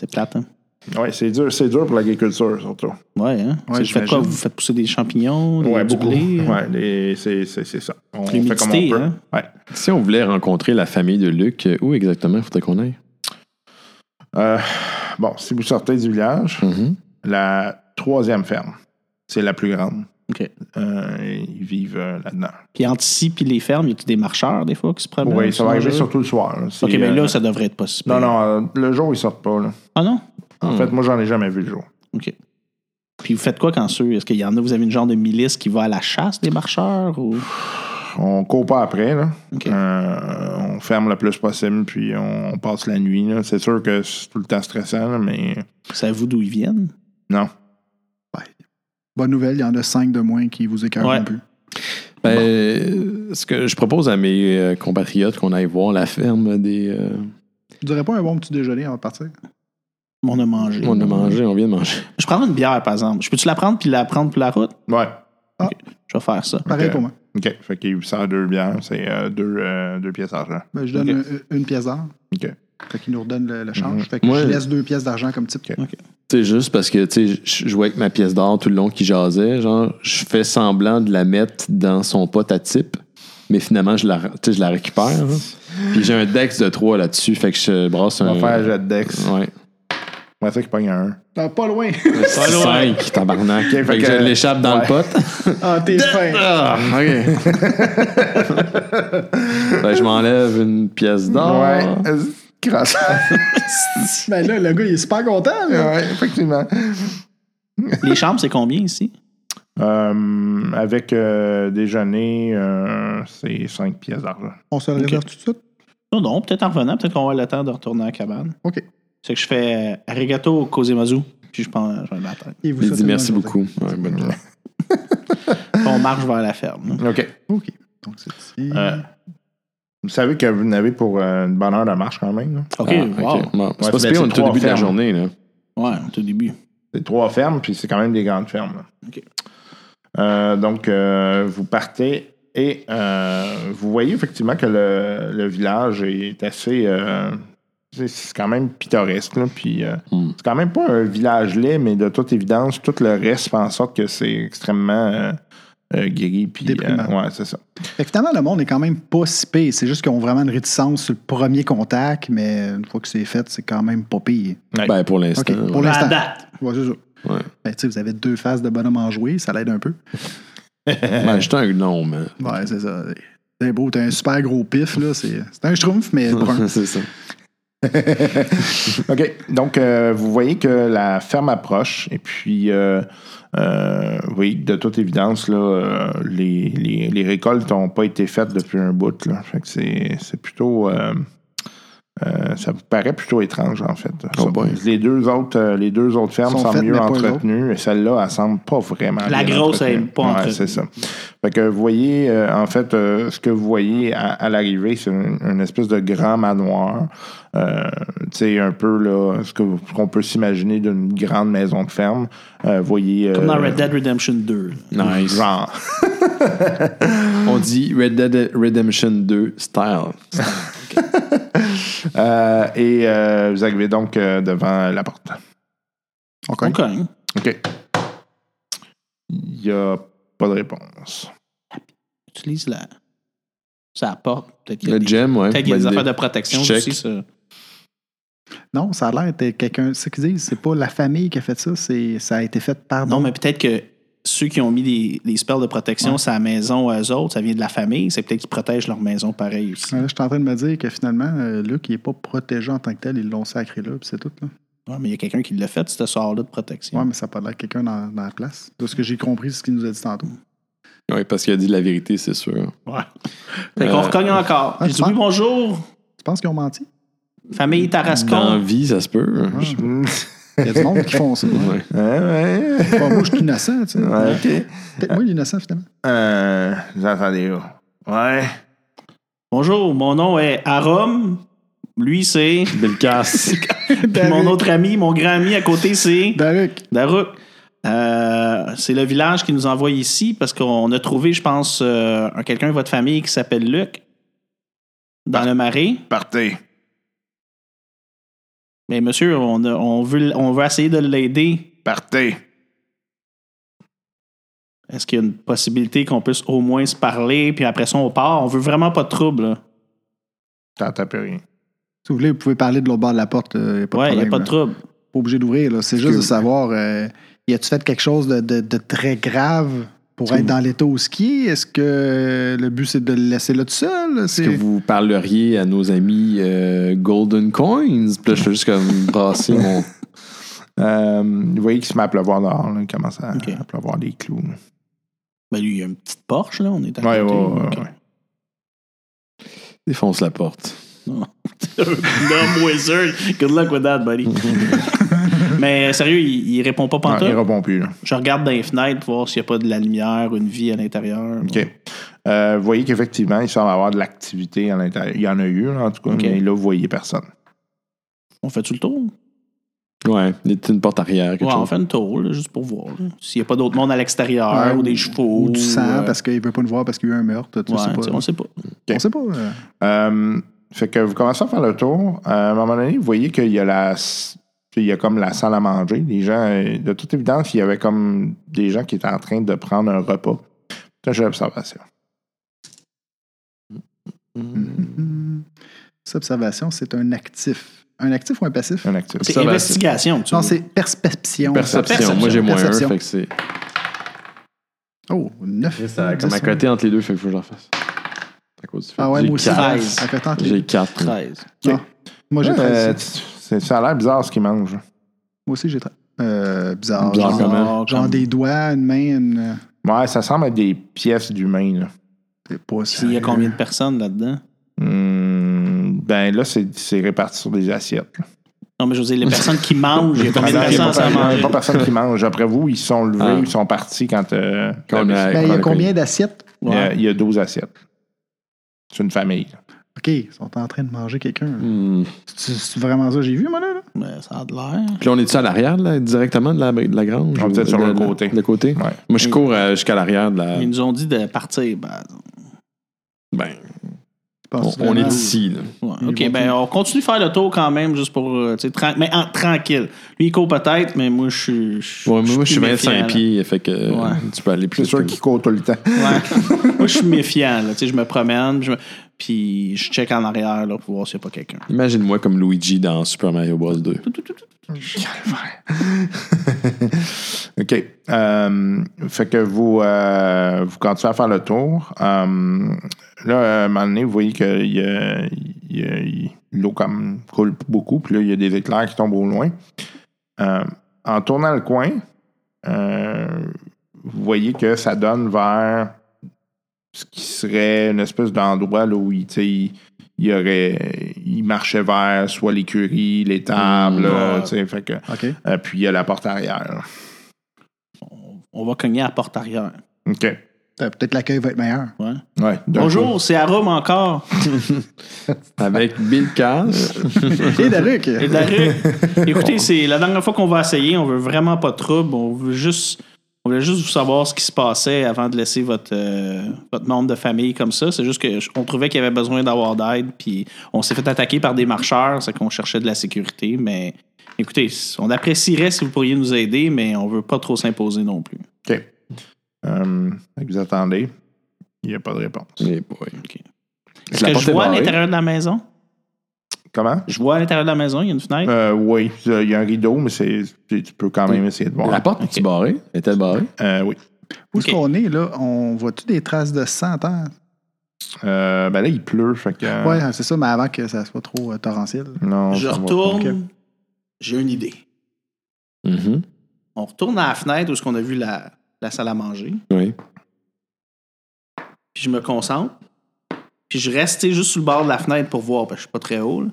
C'est plate, hein?
Oui, c'est dur, c'est dur pour l'agriculture, surtout.
Ouais, hein?
Ouais,
C'est- vous faites quoi?
j'imagine.
Vous faites pousser des champignons, des,
Ouais,
du
beaucoup.
blé, euh,
Ouais, les- c'est c'est- c'est ça. On fait
L'humidité,
comme on peut.
hein?
Ouais.
Si on voulait rencontrer la famille de Luc, euh, où exactement faudrait qu'on aille?
Euh, bon, si vous sortez du village,
Mhm.
la troisième ferme, c'est la plus grande.
OK. Ah,
Euh, ils vivent euh, là-dedans.
Puis entre ici puis les fermes, il y a des marcheurs des fois qui se promènent?
Oui, ça va arriver
sur
surtout le soir. là. C'est,
OK, mais
euh,
là, ça devrait être possible.
Non, non, euh, le jour, ils sortent pas. là.
Ah non?
En fait, moi, j'en ai jamais vu le jour.
OK. Puis vous faites quoi quand ceux? Est-ce qu'il y en a, vous avez une genre de milice qui va à la chasse des marcheurs? Ou...
On court pas après. Là.
OK.
Euh, on ferme le plus possible, puis on, on passe la nuit. là. C'est sûr que c'est tout le temps stressant, là, mais
Savez-vous d'où ils viennent?
non.
Bonne nouvelle, il y en a cinq de moins qui vous écœurent
Ouais.
un peu.
Ben, euh, Ce que je propose à mes euh, compatriotes qu'on aille voir la ferme des. euh,
Tu dirais pas un bon petit déjeuner avant de partir?
On a mangé.
on a mangé, on vient de manger.
Je prends une bière, par exemple. Je peux-tu la prendre puis la prendre pour la route?
Ouais.
Je vais faire ça.
Pareil
Ok.
pour moi.
OK. Fait qu'il vous sert deux bières, c'est euh, deux, euh, deux pièces d'argent.
Ben, je donne un- une pièce d'or.
OK. Mhm.
Fait qu'il nous redonne le, le change. Fait que
Ouais.
je laisse deux pièces d'argent comme type.
Tu sais, juste parce que tu sais, je je jouais avec ma pièce d'or tout le long qui jasait. Genre, je fais semblant de la mettre dans son pot à type, mais finalement, je la, tu sais, je la récupère. hein. Puis j'ai un dex de 3 là-dessus, fait que je brasse
On
un.
va faire un jet de Dex.
Ouais.
Moi, c'est qu'il pogne un. un.
T'as pas loin.
5, tabarnak.
fait
fait, que, je
que-
l'échappe dans le
ouais.
pot.
ah, t'es fin.
Ah, ok. Fait que je m'enlève une pièce d'or.
Ouais. euh, Grâce.
Ben là, le gars, il est super content. là.
ouais, effectivement.
Les chambres, c'est combien ici?
Euh, avec euh, déjeuner, euh, c'est cinq pièces d'argent.
On se le réserve tout de suite.
Non, non, peut-être en revenant, peut-être qu'on va avoir le temps de retourner à la cabane.
OK.
C'est que je fais euh, arigato Kozemazu, puis je prends je vais la tête.
Et vous
Il
souhaite
dit
une
merci
bonne
beaucoup. Ouais, bonne journée.
Puis on marche vers la ferme.
OK.
journée. OK. Donc, c'est ici.
Euh, vous savez que vous n'avez pour euh, une bonne heure de marche quand même. là.
OK,
Ah,
wow.
ok. Bon, c'est
Ouais,
pas
c'est
si pire, on
trois
est au début de la
fermes.
journée. Là.
Ouais, on est au début.
C'est trois fermes, puis c'est quand même des grandes fermes. là.
OK.
Euh, donc, euh, vous partez et euh, vous voyez effectivement que le, le village est assez. euh, c'est- c'est quand même pittoresque. là, puis, euh,
Mm.
C'est quand même pas un village laid, mais de toute évidence, tout le reste fait en sorte que c'est extrêmement euh, euh, gris. Puis,
Déprimant.
euh, ouais, c'est ça.
Fait que finalement, le monde est quand même pas si pire. C'est juste qu'ils ont vraiment une réticence sur le premier contact, mais une fois que c'est fait, c'est quand même pas pire.
Ouais.
Ben, pour l'instant.
OK. Pour
À
l'instant.
date.
Ouais, c'est ça.
Ouais.
Ben, tu sais, vous avez deux faces de bonhomme en jouer, ça l'aide un peu.
Ben, j'étais un gnome.
Ouais, c'est ça. C'est beau, t'as un super gros pif, là. C'est c'est un schtroumpf, mais brun.
hein. c'est ça.
OK. Donc, euh, vous voyez que la ferme approche et puis, euh, euh, vous voyez que de toute évidence, là, euh, les, les- les récoltes n'ont pas été faites depuis un bout. Là. Fait que c'est c'est plutôt... euh, euh, ça vous paraît plutôt étrange, en fait.
Oh
Ça-
boy.
les, deux autres, euh, les deux autres fermes
Sont
semblent
faites, mais
mieux
pas eux autres.
entretenues et celle-là, elle semble pas vraiment
La
bien
grosse, elle est
entretenue.
pas
Ouais,
entretenue.
c'est ça. Fait que vous voyez, euh, en fait, euh, ce que vous voyez à, à l'arrivée, c'est une, une espèce de grand manoir. Euh, tu sais, un peu là, ce que- ce qu'on peut s'imaginer d'une grande maison de ferme. Euh, vous voyez. euh,
Comme dans Red Dead Redemption 2.
Nice.
Genre.
On dit Red Dead Redemption 2 style.
Euh, et euh, vous arrivez donc euh, devant la porte.
OK.
OK.
OK. Il n'y a pas de réponse.
Utilise la. Ça apporte. Peut-être qu'il y a
Le
des,
gem, ouais.
peut-être qu'il y a des
Ben,
affaires de
des-
protection
Je check.
aussi. Ça.
Non, ça a l'air d'être quelqu'un. C'est ce qu'ils disent, c'est pas la famille qui a fait ça, c'est ça a été fait par.
Non, mais peut-être que ceux qui ont mis des, des spells de protection
Ouais.
sur la maison à eux autres, ça vient de la famille. C'est peut-être qu'ils protègent leur maison pareil aussi.
Ouais, là, je suis en train de me dire que finalement, euh, Luc, il n'est pas protégé en tant que tel, ils l'ont sacré là, puis c'est tout. Là.
Ouais, mais il y a quelqu'un qui l'a fait, ce sort-là de protection.
Ouais, mais ça a pas l'air que quelqu'un dans, dans la place. De ce que j'ai compris, c'est ce qu'il nous a dit tantôt.
Ouais, parce qu'il a dit la vérité, c'est sûr.
Ouais. Fait qu'on
Euh,
recogne encore.
ah,
J'ai
tu
dit
penses?
oui, bonjour,
Tu penses qu'ils ont menti?
famille
Dans
Tarascon.
vie, ça se peut.
Ah, Il y a du monde qui font ça.
Ouais.
Hein, Ouais, ouais.
Pas moi, je suis innocent, tu sais.
Ouais, OK.
Peut-être moi, l'innocent, finalement.
Euh, vous entendez là. Ouais.
Bonjour, mon nom est Arum. Lui, c'est.
Belcasse.
Puis mon autre ami, mon grand ami à côté, c'est.
Derek,
Daruk. Euh, c'est le village qui nous envoie ici parce qu'on a trouvé, je pense, euh, un- quelqu'un de votre famille qui s'appelle Luc dans le marais.
Partez.
Mais monsieur, on, a- on veut, on veut essayer de l'aider.
Partez.
Est-ce qu'il y a une possibilité qu'on puisse au moins se parler, puis après ça, on part? On veut vraiment pas de trouble. là.
T'entends plus rien.
Si vous voulez, vous pouvez parler de l'autre bord de la porte. Il n'y a pas
Ouais,
de
il n'y a
problème.
pas de
là.
trouble.
Pas obligé d'ouvrir. là. C'est juste de savoir, euh, y a-tu fait quelque chose de, de- de très grave pour être dans l'état où ski? Est-ce que euh, le but, c'est de le laisser là tout seul? C'est-
Est-ce que vous parleriez à nos amis euh, Golden Coins? Puis là, je fais juste comme brasser mon.
Euh, vous voyez qu'il se met à pleuvoir dehors. Là. Il commence à,
Ok.
à pleuvoir des clous. là.
Ben lui, il y a une petite Porsche, là. On est à
Ouais,
côté.
ouais, ouais,
Ok.
ouais.
Défonce la porte.
euh, Dumb wizard. Good luck with that, buddy. Mais euh, sérieux, il, il répond pas
Non,
pantoute.
il répond plus. Là.
Je regarde dans les fenêtres pour voir s'il n'y a pas de la lumière, une vie à l'intérieur.
OK. Euh, vous voyez qu'effectivement, il semble avoir de l'activité à l'intérieur. Il y en a eu, là, en tout cas,
OK.
mais là, vous voyez personne.
On fait tout le tour?
Ouais, il y a une porte arrière, quelque
Ouais, on
chose.
fait une tour, là, juste pour voir. là. S'il n'y a pas d'autres monde à l'extérieur
Ouais,
ou des chevaux.
ou du sang
euh,
parce qu'il ne veut pas nous voir parce qu'il y a eu un meurtre? Tu
ouais,
sais
tu sais,
pas.
on sait pas.
On sait pas. euh.
Euh, fait que vous commencez à faire le tour. Euh, à un moment donné, vous voyez qu'il y a la s- qu'il y a comme la salle à manger. Les gens, euh, de toute évidence, il y avait comme des gens qui étaient en train de prendre un repas. C'est un jeu d'observation.
Mhm. Cette observation, c'est un actif. Un actif ou un passif?
Un actif.
C'est
Ça va,
investigation. tu
Non,
vois.
c'est perception.
Perception.
Perception.
Moi, j'ai moins un.
Perception.
Fait que c'est.
Oh, 9.
Ça a comme à côté entre les deux, fait que faut que je le refasse. À cause du fait.
Ah ouais,
J'ai
moi aussi.
quatre.
treize.
À côté entre les-
J'ai 4.
13.
Moi, j'ai
Euh,
13.
c'est- ça a l'air bizarre ce qu'ils mangent.
Moi aussi, j'ai 13. Euh, bizarre.
Bizarre
genre,
comment?
Ah,
genre
comme-
des doigts, une main, une.
Ouais, ça semble être des pièces d'humains. là.
C'est euh, pas
Il y a
sérieux.
combien de personnes là-dedans?
Hum, ben là, c'est c'est réparti sur des assiettes. là.
Non, mais je veux dire, les personnes qui mangent,
Ah
il y a combien de
non, il y a
personnes
pas,
à
il y a
manger?
pas personne qui mange. Après vous, ils sont levés,
Ah.
ils sont partis quand. euh,
Quand on a-
Ben, il
quand
y
on
a
a
combien d'assiettes?
il, y a,
Ouais.
il y a 12 assiettes. C'est une famille. là.
OK, ils sont en train de manger quelqu'un.
Hmm.
C'est- C'est vraiment ça, j'ai vu, moi, là. là?
Mais ça a de l'air.
Puis là, on est-tu à l'arrière, là, directement de la, de la grange?
On est
Ou-
Ah, peut-être sur
de-
le
de-
côté.
Le côté?
Ouais.
Moi, je cours euh, jusqu'à l'arrière de la.
Ils nous ont dit de partir. ben,
Ben,
Tu
on,
penses
on est
vraiment-
ici, là.
ouais.
Ils
OK,
vont
ben on continue de faire le tour quand même, juste pour... euh, tu sais, tran- mais en- tranquille. Lui, il court peut-être, mais moi, je suis... je-
Ouais, moi, je suis
plus
25
méfiant, là.
pieds, fait que euh,
Ouais.
tu peux aller plus
C'est sûr
vite.
qu'ils courent tout le temps.
Ouais. moi, je suis méfiant. Là. Tu sais, Je me promène, puis je, me- puis je check en arrière là, pour voir s'il n'y a pas quelqu'un.
Imagine-moi comme Luigi dans Super Mario Bros. 2.
OK. Euh, fait que vous, euh, vous continuez à faire le tour. Euh, là, à un moment donné, vous voyez que il y a- il y a- il- l'eau comme coule beaucoup, puis là, il y a des éclairs qui tombent au loin. Euh, en tournant le coin, euh, vous voyez que ça donne vers ce qui serait une espèce d'endroit là, où il, tu sais, il- il y aurait, il marchait vers soit l'écurie, l'étable, là,
Ouais.
tu sais, fait que,
OK.
euh, puis il y a la porte arrière. là.
On, on va cogner à la porte arrière.
OK.
Euh, Peut-être l'accueil va être meilleur.
Ouais.
Ouais, d'un coup.
Bonjour, c'est Arum encore. Ah.
Avec Bill Cash.
Et Daruk!
Et Daruk, Écoutez, c'est la dernière fois qu'on va essayer. On veut vraiment pas de trouble. On veut juste, on voulait juste vous savoir ce qui se passait avant de laisser votre, euh, votre membre de famille comme ça. C'est juste que je- on trouvait qu'il y avait besoin d'avoir d'aide. Puis on s'est fait attaquer par des marcheurs. C'est qu'on cherchait de la sécurité. Mais écoutez, on apprécierait si vous pourriez nous aider, mais on veut pas trop s'imposer non plus.
OK. Euh, fait que vous attendez. Il n'y a pas de réponse.
Mais boy.
Ok.
La
Est-ce que
porte
je
est
vois à
barrée.
l'intérieur de la maison?
Comment?
Je vois à l'intérieur de la maison, il y a une fenêtre.
Euh, oui, il y a un rideau, mais c'est, tu tu peux quand même essayer de voir.
La porte est-tu barrée? Est-elle barrée?
Euh, oui.
Où est-ce
OK.
qu'on est, là? On voit-tu des traces de sang à terre?
Euh, ben là, il pleut, fait que... euh,
Ouais, c'est ça, mais avant que ça soit trop euh, torrentiel.
Non,
je
ça va pas.
retourne. J'ai une idée.
Mhm.
On retourne à la fenêtre où est-ce qu'on a vu la, la salle à manger.
Oui.
Puis je me concentre. Puis je reste tu sais, juste sur le bord de la fenêtre pour voir, parce que je suis pas très haut. là.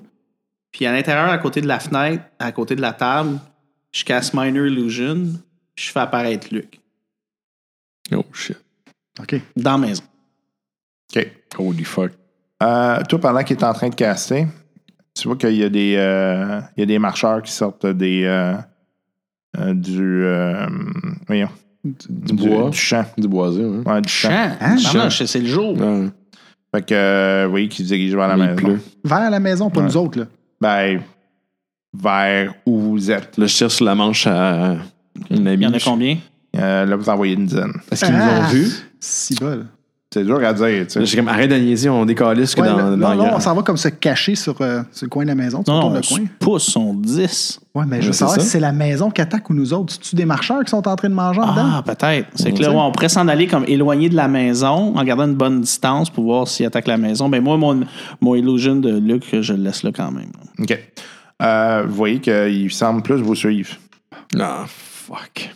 Puis à l'intérieur, à côté de la fenêtre, à côté de la table, je casse Minor Illusion. puis je fais apparaître Luc.
Oh shit.
OK.
Dans la maison.
OK.
Holy fuck.
Euh, toi, pendant qu'il est en train de casser, tu vois qu'il y a des, euh, il y a des marcheurs qui sortent des... euh, euh, du... euh, voyons.
Du bois.
Du champ.
Du boisé, hein?
Ouais, du champ.
Ah,
Hein?
Non, non, je- c'est le jour.
Ouais.
Fait que, euh, oui, qui se dirigent vers la
Mais il
maison.
pleut.
Vers la maison, pas
Ouais.
nous autres, là.
Ben, vers où vous êtes.
Là, je cherche la manche à mon
Il
ami.
y en a combien?
Euh, là, vous envoyez une dizaine.
Est-ce qu'ils nous
Ah.
ont vus?
Ah, Si bol.
C'est dur à dire, tu
Là,
sais.
J'ai comme, arrête de niaiser, on décalisse que
Ouais,
dans,
là,
dans
là,
le
là,
gang.
on s'en va comme se cacher sur, euh, sur le coin de la maison. Tu
Non,
retournes
non,
le
on
coin.
se pousse, on 10.
Ouais, mais je veux
c'est
savoir
ça.
si c'est la maison qui attaque ou nous autres. C'est-tu des marcheurs qui sont en train de manger en dedans?
Ah, peut-être. C'est que
sait.
là, ouais, on pourrait s'en aller comme éloigné de la maison, en gardant une bonne distance pour voir s'il attaque la maison. Ben moi, mon, mon illusion de Luc, je le laisse là quand même.
OK. Euh, vous voyez qu'il semble plus vous suivre.
Non, Ah, fuck.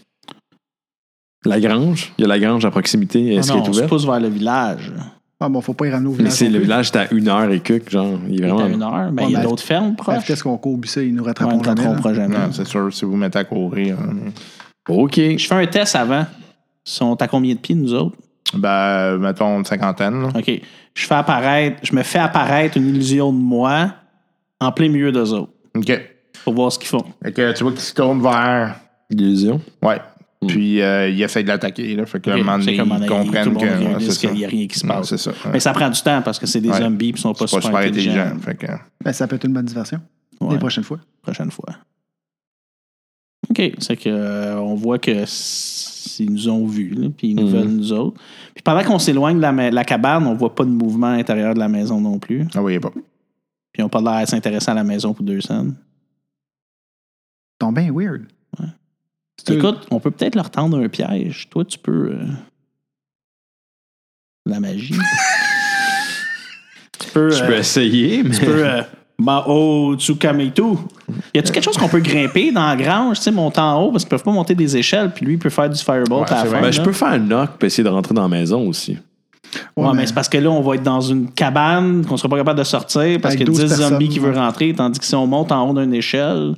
La grange? Il y a la grange à proximité. Est-ce
Ah
qu'elle
non,
est
on se
ouverte?
pousse vers le village.
Ah, bon, faut pas y ramener au
Mais
village.
c'est
non
le
plus.
village est à une heure et quelques, genre. Il est
Il est à une
vraiment.
heure. Ben,
Ouais,
il y a
mais-
d'autres fermes
À la
proches.
vitesse qu'on court, puis ça, ils nous
Ouais,
rattraperont
on
jamais. là.
t'attrapera jamais.
Non, c'est sûr, si vous mettez à courir. hein.
OK.
Je fais un test avant. Ils sont à combien de pieds, nous autres?
Ben, mettons une cinquantaine. là.
OK. Je fais apparaître, je me fais apparaître une illusion de moi en plein milieu d'eux autres
OK.
pour voir ce qu'ils font.
Fait que tu vois qu'il se tourne vers.
Illusion.
Ouais. Puis euh, il essaie de l'attaquer. là. Fait que
Mm. Ok,
un moment
c'est
donné,
comme en
ils
Haïti, tout
comprennent
le
que.
monde
ouais,
réalise
c'est
qu'il
ça.
n'y a rien qui se
Ouais,
passe.
c'est ça. Ouais.
Mais ça prend du temps parce que c'est des
Ouais.
zombies et ils sont pas,
C'est pas
super, intelligents.
Fait que,
Ben, ça peut être une bonne diversion.
Ouais,
Les prochaines fois.
prochaine fois. OK. C'est que euh, on voit que s- ils nous ont vus, là, puis ils nous
Mhm.
veulent nous autres. Puis pendant qu'on s'éloigne de la, ma- la cabane, on voit pas de mouvement à l'intérieur de la maison non plus.
ah, voyez pas.
Puis on pas l'air à s'intéresser à la maison pour deux scènes.
Ton bien weird.
C'est-
Écoute, on peut peut-être leur tendre un piège. Toi, tu peux. euh, La magie. tu peux.
Je peux
euh,
essayer, mais.
tu peux. euh, Mao Tsukametu. Y a-tu quelque chose qu'on peut grimper dans la grange, tu sais, monter en haut, parce qu'ils peuvent pas monter des échelles, puis lui, il peut faire du fireball
Ouais,
à la
c'est
fin.
vrai.
Ben,
là.
je peux faire un knock pour essayer de rentrer dans la maison aussi.
Ouais, mais, c'est parce que là, on va être dans une cabane qu'on sera pas capable de sortir parce
Avec
qu'il y a 10
12
zombies qui
personnes,
veulent rentrer, tandis que si on monte en haut d'une échelle,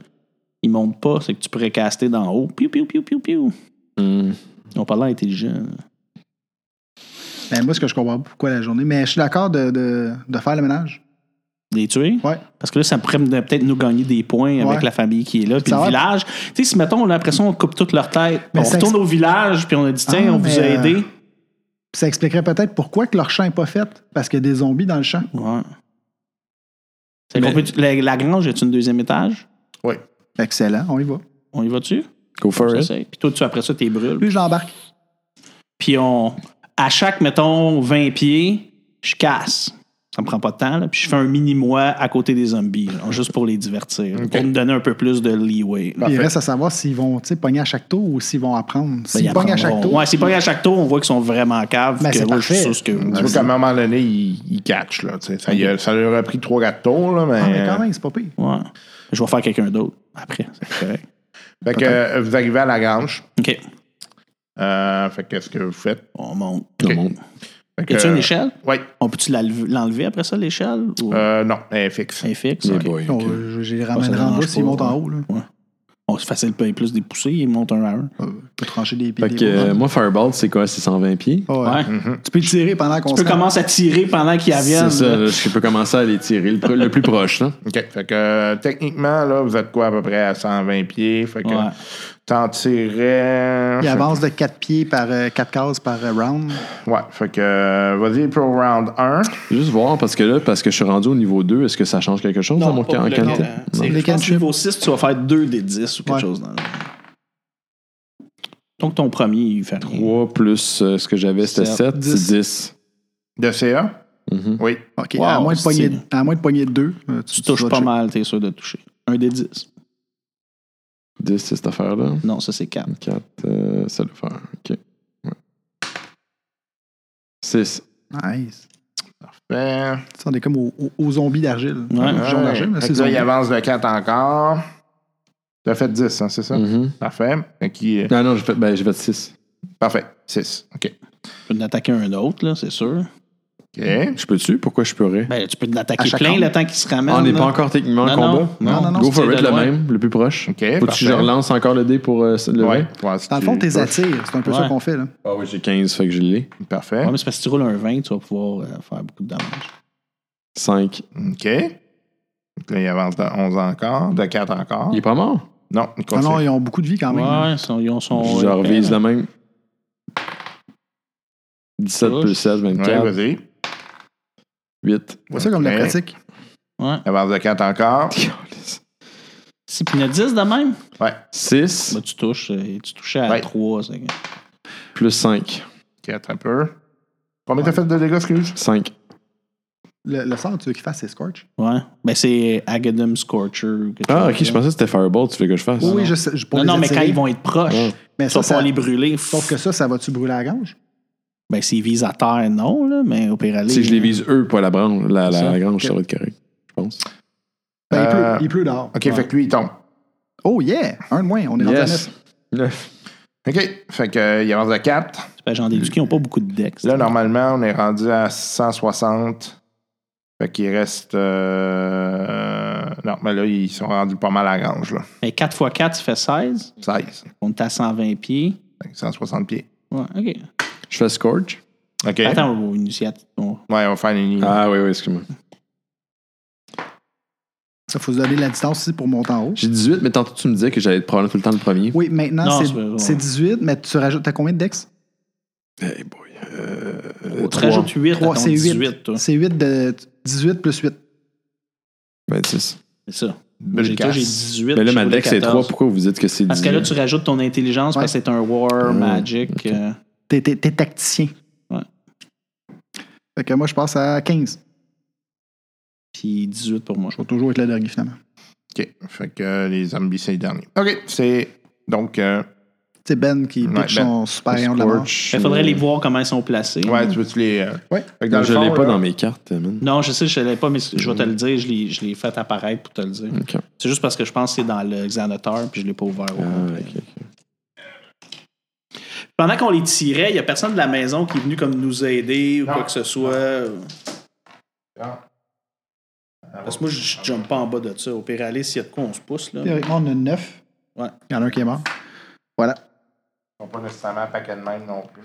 ils montent pas, c'est que tu pourrais caster d'en haut. Piu, piu, piu, piu, piu.
Hmm.
On parle intelligent.
Ben, moi, ce que je comprends pas pourquoi la journée. Mais je suis d'accord de, de, de faire le ménage.
Les tuer?
Ouais.
Parce que là, ça pourrait me- peut-être nous gagner des points avec
Ouais.
la famille qui est là. Puis
Ça
le
va.
village. Tu sais, si mettons, on a l'impression qu'on coupe toute leur tête.
Mais
on
ça
retourne
ex-
au village, puis on a dit, tiens,
Ah,
on vous
mais,
a aidé.
Ça expliquerait peut-être pourquoi que leur champ n'est pas fait. Parce qu'il y a des zombies dans le champ.
Ouais. C'est
Mais-
qu'on peut- la, la grange, est une deuxième étage?
Excellent, on y va.
On y va dessus?
Go for it.
Puis toi, tu, après ça, t'es brûles.
Lui, je l'embarque.
Puis on. À chaque, mettons, 20 pieds, je casse. Ça me prend pas de temps, là. Puis je fais un mini-moi à côté des zombies, là, juste pour les divertir. Pour me donner un peu plus de leeway. là.
Puis Il
Parfait.
reste à savoir s'ils vont tu sais, pogner à chaque tour ou s'ils vont apprendre.
Ben,
S'ils
ils
pognent à
apprendront.
chaque tour.
Ouais, s'ils pognent à chaque tour, on voit qu'ils sont vraiment caves.
Ben,
que
c'est
moi, je suis
parfait.
sûr ce que
Tu vois qu'à un moment donné, il, il catch. Là, tu sais. ça, lui a- ça leur a pris 3-4 tours. Là, mais, euh,
Ah, mais quand même, c'est pas pire.
Ouais. Je vais faire quelqu'un d'autre après. C'est correct.
Fait que euh, vous arrivez à la grange.
OK.
Euh, fait que qu'est-ce que vous faites?
On monte.
Tout le monde.
Fait que,
Y a-tu une
euh,
échelle?
Oui.
On peut-tu la lever- l'enlever après ça, l'échelle? Ou
Euh, non, elle est fixe.
elle est fixe?
Les
OK.
boys,
Bon,
ok.
euh, je, je les
Ça
ramènerai en
dérange
bas s'ils
pas,
montent en
ouais.
haut. Là.
On se facile paye plus des poussées, ils montent un à un.
Euh, on peut trancher des pieds.
Fait que euh, moi, Fireball, c'est quoi? C'est 120 pieds?
Ah Ouais.
Ouais.
Tu peux le tirer pendant qu'on
Tu peux
se rend.
commencer à tirer pendant qu'ils
C'est
viennent.
ça,
là.
là, je peux commencer à les tirer le, pro- le plus proche. Là.
OK. Fait que euh, techniquement, là, vous êtes quoi à peu près à 120 pieds? Fait que
Ouais.
t'en tirais.
Il avance de 4 pieds par 4 cases par euh, round.
Ouais. Fait que euh, vas-y pour round 1.
Juste voir, parce que là, parce que je suis rendu au niveau 2, est-ce que ça change quelque chose dans mon
pas
ca- en
le-
qualité?
euh, c'est-
Non.
je pense que niveau 6, tu vas faire 2 des 10 ou quelque
Ouais.
chose. Dans le... Donc, ton premier, il fait rien.
3 plus euh, ce que j'avais, c'était
Sept,
7,
dix.
10.
De CA?
Mhm.
Oui.
OK.
Wow,
à, moins de
c'est-
pogner, à moins de pogner euh, 2.
Tu touches pas mal, t'es sûr de toucher. Un des 10.
10, c'est cette affaire-là.
Non, ça, c'est 4.
4, euh, ça doit faire. OK. 6.
Nice.
Ben,
Tu sais, on est comme aux au, aux zombies d'argile.
Ouais.
Aux pigeons
ouais.
d'argile, mais
Fait
c'est
que là, il
zombie.
avance de 4 encore. T'as fait 10, hein, c'est
Mm.
ça?
Mhm.
Parfait. Fait qu'il-
Ah non, j'ai fait, ben, j'ai fait 6.
Parfait. 6. OK.
Tu peux en attaquer un autre, là, c'est sûr.
OK.
Je peux-tu? Pourquoi je pourrais?
Ben, tu peux en
À
attaquer
chaque
plein
round.
le temps qu'il se ramène.
Ah, on n'est pas
là.
encore techniquement en
Non,
combat?
non.
Non, non, non,
Go
c'est
for
de
it, le
loin.
même, le plus proche.
OK,
Faut-tu que
parfait.
je relance encore le dé pour euh, le
Ouais.
vingt?
Ouais, si
Dans le
tu-
fond, t'es attires. C'est un peu
Ouais.
ça qu'on fait. Là.
Ah oui, j'ai 15, fait que je l'ai.
Parfait.
Ouais, mais c'est parce que si tu roules un 20, tu vas pouvoir euh, faire beaucoup de dommages.
5.
OK. Donc là, il avance de 11 encore, de 4 encore.
Il est pas mort?
Non, il
Ah
continue.
non, ils ont beaucoup de vie quand même.
Oh, Ouais, ils sont- ils ont son.
je revise
là.
le même. 17 plus 7,
Ouais,
24.
vas-y.
8.
C'est ça comme la
Ok.
pratique.
Ouais.
Il avance de 4 encore.
6 puis 10 de même?
6
Bah, tu touches. euh, Tu touchais à
Ouais.
3.
plus 5.
4 un peu. Combien t'as fait de dégâts, excuse?
5.
Le, le sort, tu veux qu'il fasse, c'est Scorch?
Ouais. Ben, c'est Agadum Scorcher. ou quelque
Ah,
chose
ok, je
comme
pensais que c'était Fireball, tu voulais que je fasse.
Oui, oui, je sais. je-
ça.
pour
Non,
les
non, mais
attirer.
quand ils vont être
Ah.
proches,
Mais
ça,
ça,
pour
ça-
les brûler,
Sauf que ça, ça va-tu brûler la grange?
ben, s'ils visent à terre, non, là, mais au pire, aller.
Si je les vise eux, pas la, branche, la, la,
Ça.
grange, ça
Ok.
va être correct, je pense.
Ben, il,
Euh,
pleut, il pleut dehors.
Ok,
Ouais.
fait que lui, il tombe.
Oh yeah! Un de moins, on est rendu à neuf.
Yes. Neuf.
Ok, fait que, euh, il avance à 4.
Ben, J'en déduis qu'ils n'ont pas beaucoup de decks.
Là, normalement, on est rendu à 160. Fait qu'il reste. euh, Non, mais là, ils sont rendus pas mal à la range, là.
Mais 4 x 4, ça fait 16.
16.
On est à 120 pieds.
Fait que 160 pieds.
Ouais, OK.
Je fais Scorch.
OK.
Attends, on va initiative. Bon.
Ouais, on va faire une ligne.
Ah oui, oui, excuse-moi.
Ça, faut se donner la distance aussi pour monter en haut.
J'ai 18, mais tantôt tu me disais que j'allais te prendre tout le temps le premier.
Oui, maintenant,
Non,
c'est-
c'est vrai, ouais.
c'est 18, mais tu rajoutes. T'as combien de dex?
Hey boy. Euh,
On te
trois.
rajoute 8,
Trois,
attends,
c'est
18.
8.
toi.
C'est 8 de 18 plus 8.
26.
C'est ça.
Bulle
Ben, J'ai- Toi, j'ai
casse.
18.
Ben, Mais là,
je
ma
roule
deck, c'est
14.
3. Pourquoi vous dites que c'est 10?
Parce que là, tu rajoutes ton intelligence parce que c'est un War Magic. euh,
T'es t'es- t'es tacticien.
Ouais.
Fait que moi, je passe à 15.
puis 18 pour moi.
Je vais toujours être le dernier, finalement.
OK. Fait que euh, les zombies, c'est les derniers. OK. C'est. Donc, euh,
C'est Ben qui
Ouais,
pitch
Ben.
son super rayon de la mort.
Scorch.
Il faudrait les voir comment ils sont placés.
ouais, tu veux-tu les. euh,
Ouais.
Fait que dans
Non,
le
je
fond,
l'ai pas
là,
dans mes cartes, man.
Non, je sais, je l'ai pas, mais je vais te le dire, je l'ai, je l'ai fait apparaître pour te le dire.
Mm. Ok.
C'est juste parce que je pense que c'est dans le Xanatar, puis je l'ai pas ouvert. au
Ah,
complet.
ok, ok.
Pendant qu'on les tirait, il y a personne de la maison qui est venu comme nous aider ou quoi que ce soit. Parce que moi, je je jump pas en bas de ça. Au pire, aller, s'il y a de quoi, on se pousse. Là.
Théoriquement, on a 9.
Ouais.
Il y en a un qui est mort. Voilà.
Ils sont pas nécessairement un paquet de même non plus.